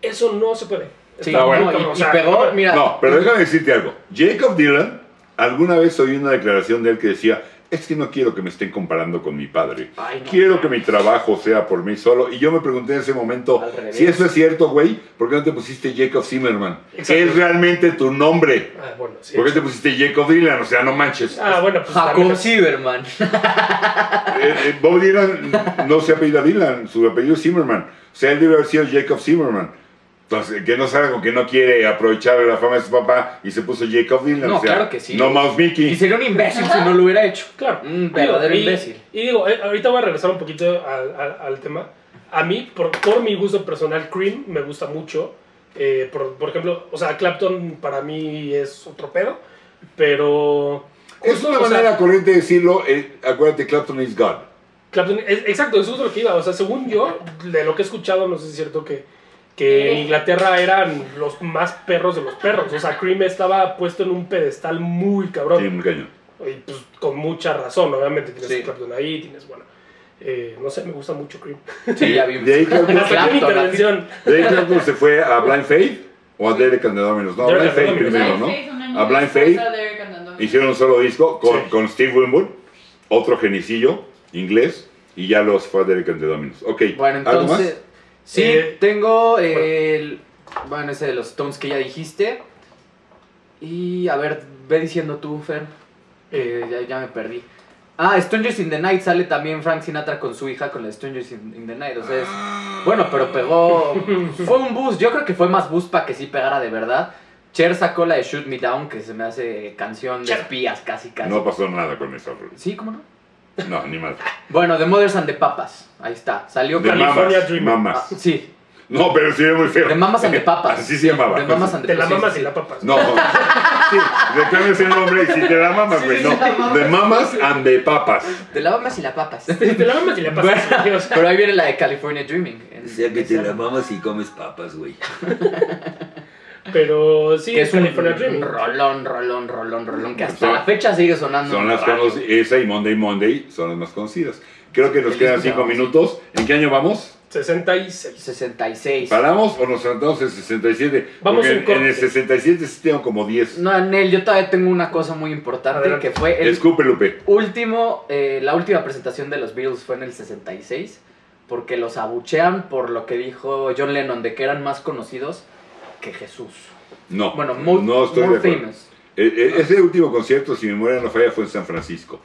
C: Eso no se puede.
B: Sí,
C: Está
B: no,
C: muy
B: y-
C: cabrón, o
B: y,
C: sea,
B: pegó, mira.
A: No, pero déjame decirte algo. Jacob Dylan, alguna vez oí una declaración de él que decía, es que no quiero que me estén comparando con mi padre.
B: Ay, no.
A: Quiero que mi trabajo sea por mí solo. Y yo me pregunté en ese momento,
B: Al revés.
A: si eso es cierto, güey, ¿por qué no te pusiste Jacob Zimmerman?
C: Exacto.
A: Que es realmente tu nombre.
C: Ah, bueno, sí.
A: ¿Por qué te pusiste Jacob Dylan? O sea, no manches.
C: Ah, bueno, pues también
B: Jacob
C: es-
B: Silverman.
A: Eh, eh, Bob Dylan no se apellida Dylan, su apellido es Zimmerman. O sea, él debe haber sido Jacob Zimmerman. Entonces, que no salga con que no quiere aprovechar la fama de su papá y se puso Jacob Dylan.
B: No,
A: o sea,
B: claro que sí.
A: No Mouse
B: Y
A: Mickey.
B: sería un imbécil si no lo hubiera hecho.
C: Claro.
B: Un verdadero
C: Digo, y-
B: imbécil.
C: Y digo, eh, ahorita voy a regresar un poquito al, al- al tema. A mí, por, por mi gusto personal, Cream me gusta mucho. Eh, por, por ejemplo, o sea, Clapton para mí es otro pedo, pero...
A: Es
C: justo,
A: una
C: o sea,
A: manera corriente de decirlo. eh, acuérdate, Clapton is God.
C: Clapton, es- exacto, eso es lo que iba. O sea, según yo, de lo que he escuchado, no sé si es cierto que, que en Inglaterra eran los más perros de los perros. O sea, Cream estaba puesto en un pedestal muy cabrón.
A: Tiene un cañón.
C: Y pues con mucha razón, obviamente. Tienes
B: Sí.
C: a Clapton ahí, tienes, bueno. eh, no sé, me gusta mucho Cream.
B: Sí, ya vimos.
A: De ahí Clapton,
C: Hasta aquí mi
B: Clapton,
C: intervención.
A: Jay Clapton se fue a Blind Faith o a Derek and the Dominos. No, a Blind
C: Derek and the
A: Faith
C: Dominos.
A: primero, ¿no?
D: Blind Faith, una
A: A
D: niña
A: Blind
D: esposa
A: Faith
D: de Eric and the Dominos.
A: hicieron un solo disco con,
C: Sí.
A: con Steve Winwood, otro genicillo inglés, y ya los fue a Derek and the Dominos. Ok,
B: Bueno,
A: ¿algo más?
B: entonces. Sí,
C: Eh,
B: tengo eh, el. Bueno, ese de los Stones que ya dijiste. Y a ver, ve diciendo tú, Fer. Eh, ya, ya me perdí. Ah, Strangers in the Night sale también Frank Sinatra con su hija con la Strangers in, in the Night. O sea, es. Bueno, pero pegó. Fue un boost. Yo creo que fue más boost para que sí pegara de verdad. Cher sacó la de Shoot Me Down, que se me hace canción de
C: Cher.
B: espías, casi, casi.
A: No pasó nada con esa rola.
B: Sí, ¿cómo no?
A: No, ni más.
B: Bueno, The Mothers and the Papas. Ahí está. Salió
A: De
B: California.
A: mamas,
C: Dreamer.
B: Ah,
A: mamas.
B: sí,
A: No, pero sí era muy feo.
B: De mamas ante papas.
A: Así se llamaba.
B: De mamas ante
C: Te la
B: sí,
C: mamas
B: sí,
C: y la papas.
A: No, sí, le cambias el nombre y si te da mamas, güey, no. De mamas and de papas.
B: sí. Te la mamas y la papas.
C: Te la mamas y la papas.
B: Bueno,
C: o sea,
B: pero ahí viene la de California Dreaming. en-
E: O sea que te la mamas y comes papas, güey.
C: pero sí,
B: que es un
C: California Dreaming.
B: rolón, rolón, rolón, rolón, que hasta
A: Son-
B: la fecha sigue sonando.
A: Son
B: en
A: las
B: radio.
A: conocidas, esa y Monday Monday son las más conocidas. Creo que nos
B: Feliz
A: quedan
B: día,
A: cinco
B: vamos.
A: minutos. ¿En qué año vamos?
C: 66.
B: 66.
A: ¿Paramos o nos saltamos el 67?
C: Vamos
A: Porque
C: un
A: en,
C: corte.
A: en el 67 sí tengo como 10.
B: No, Nel, yo todavía tengo una cosa muy importante
C: Adelante.
B: que fue el
A: Escupe, Lupe.
B: último, eh, la última presentación de los Beatles fue en el 66, porque los abuchean por lo que dijo John Lennon, de que eran más conocidos que Jesús.
A: No.
B: Bueno, more,
A: no estoy
B: more
A: de acuerdo.
B: famous.
A: Eh, eh, ese último concierto, si mi memoria no falla, fue en San Francisco.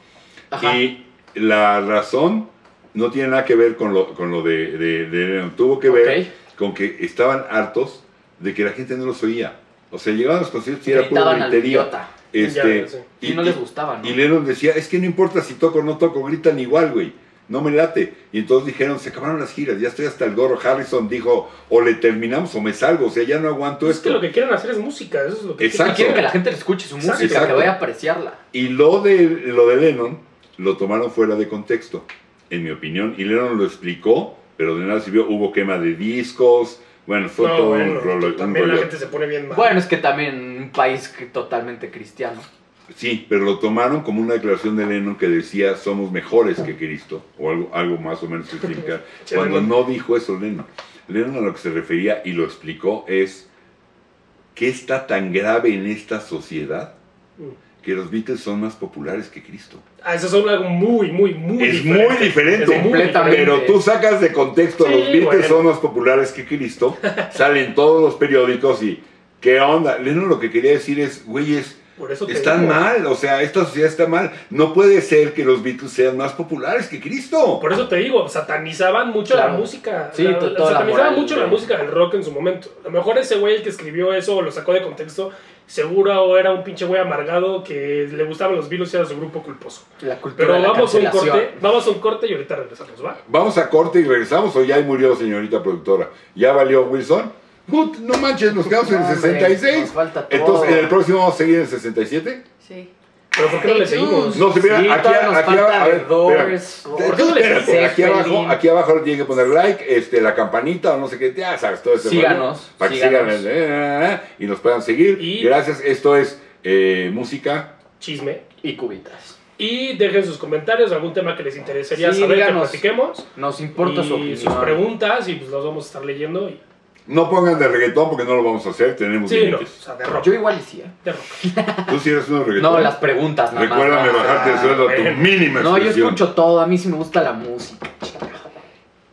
B: Ajá.
A: Y la razón no tiene nada que ver con lo, con lo de, de- de Lennon. Tuvo que ver
B: Ok.
A: con que estaban hartos de que la gente no los oía. O sea, llegaban a los conciertos y era pura
B: gritaban al
A: gritería.
B: idiota.
A: Este,
C: Ya, sí.
B: Y, no les gustaba, ¿no?
A: y Lennon decía, es que no importa si toco o no toco, gritan igual, güey. No me late. Y entonces dijeron, se acabaron las giras, ya estoy hasta el gorro. Harrison dijo, o le terminamos o me salgo, o sea, ya no aguanto
C: Pues Es que
A: esto.
C: lo que quieren hacer es música, eso es lo que
A: Exacto.
B: Y quieren que la gente le escuche su música, que
A: Exacto.
B: vaya a apreciarla.
A: Y lo de, lo de Lennon lo tomaron fuera de contexto, en mi opinión. Y Lennon lo explicó, pero de nada sirvió. Hubo quema de discos. Bueno, fue
C: No,
A: todo
C: bueno,
A: un rollo. un
C: también la
A: rollo.
C: gente se pone bien mal.
B: Bueno, es que también un país que- totalmente cristiano.
A: Sí, pero lo tomaron como una declaración de Lennon que decía somos mejores que Cristo, o algo, algo más o menos que significa,
C: Che,
A: cuando
C: Lennon.
A: no dijo eso Lennon. Lennon a lo que se refería y lo explicó es, ¿qué está tan grave en esta sociedad
C: Mm.
A: que los Beatles son más populares que Cristo?
C: Ah, eso es algo muy, muy, muy
A: Es
C: diferente.
A: muy diferente.
C: Es muy
B: Completamente.
C: diferente.
A: Pero tú sacas de contexto, los
C: Sí,
A: Beatles
C: bueno.
A: son más populares que Cristo, salen todos los periódicos y, ¿qué onda? Lennon lo que quería decir es, güeyes,
C: Por eso te
A: están
C: digo.
A: mal, o sea, esta sociedad está mal. No puede ser que los Beatles sean más populares que Cristo.
C: Por eso te digo, satanizaban mucho
B: Claro.
C: la música.
B: Sí,
C: La-
B: to-
C: la-
B: toda la
C: satanizaban
B: moral
C: mucho
B: de-
C: la música del rock en su momento. A lo mejor ese güey el que escribió eso o lo sacó de contexto, seguro era un pinche güey amargado que le gustaban los Beatles y era su grupo culposo.
B: La cultura
C: Pero
B: de la
C: vamos a un
B: cancelación.
C: corte, vamos a un corte y ahorita regresamos, ¿va?
A: Vamos a corte y regresamos o ya murió señorita productora. ¿Ya valió Wilson? Put, no manches, nos quedamos en el
B: Hombre,
A: 66.
B: nos falta todo.
A: Entonces, en el próximo vamos a seguir en el 67.
D: Sí.
C: Pero ¿por qué no le
D: Stay
C: seguimos?
A: No, se mira,
B: Sí,
A: aquí,
B: todavía nos
A: aquí,
B: falta
A: a ver,
B: The Doors,
A: espera.
B: Lord
A: Espérate,
B: Zeppelin.
A: aquí abajo, aquí abajo le tienen que poner like, este, la campanita o no sé qué, ya sabes, todo ese rollo.
B: Síganos,
A: Para que sigan
B: síganos.
A: el, eh, eh, eh, y nos puedan seguir.
C: Y-
A: Gracias, esto es eh, música.
C: Chisme.
B: Y cubitas.
C: Y dejen sus comentarios, algún tema que les interesaría
B: Sí,
C: saber que
B: díganos.
C: platiquemos.
B: Nos importa su
C: y
B: opinión.
C: sus preguntas y pues las vamos a estar leyendo. Y...
A: No pongan de reggaetón porque no lo vamos a hacer, tenemos
C: Sí, no, o
A: límites.
C: sea, de rock.
B: Yo igual hacía.
C: de rock.
A: Tú si eres uno de reggaetón.
B: No, las preguntas nada más.
A: Recuérdame
B: ¿no?
A: bajarte el sueldo a tu
C: bueno.
A: mínima
B: No, yo
A: expresión.
B: escucho todo. A mí sí me gusta la música.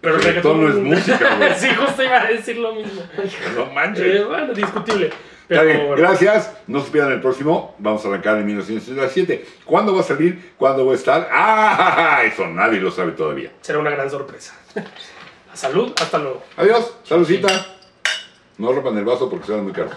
C: Pero el
A: Reggaetón no es música, güey.
C: sí, justo iba a decir lo mismo.
A: No
C: Eh,
A: manches.
C: bueno, discutible.
A: Está
C: Pero
A: bien,
C: bueno,
A: gracias. No se pierdan el próximo. Vamos a arrancar en 1967. ¿Cuándo va a salir? ¿Cuándo va a estar? ¡Ah! Eso nadie lo sabe todavía.
C: será una gran sorpresa. A salud, hasta luego.
A: Adiós. Saludcita. No rompan el vaso porque se muy caros.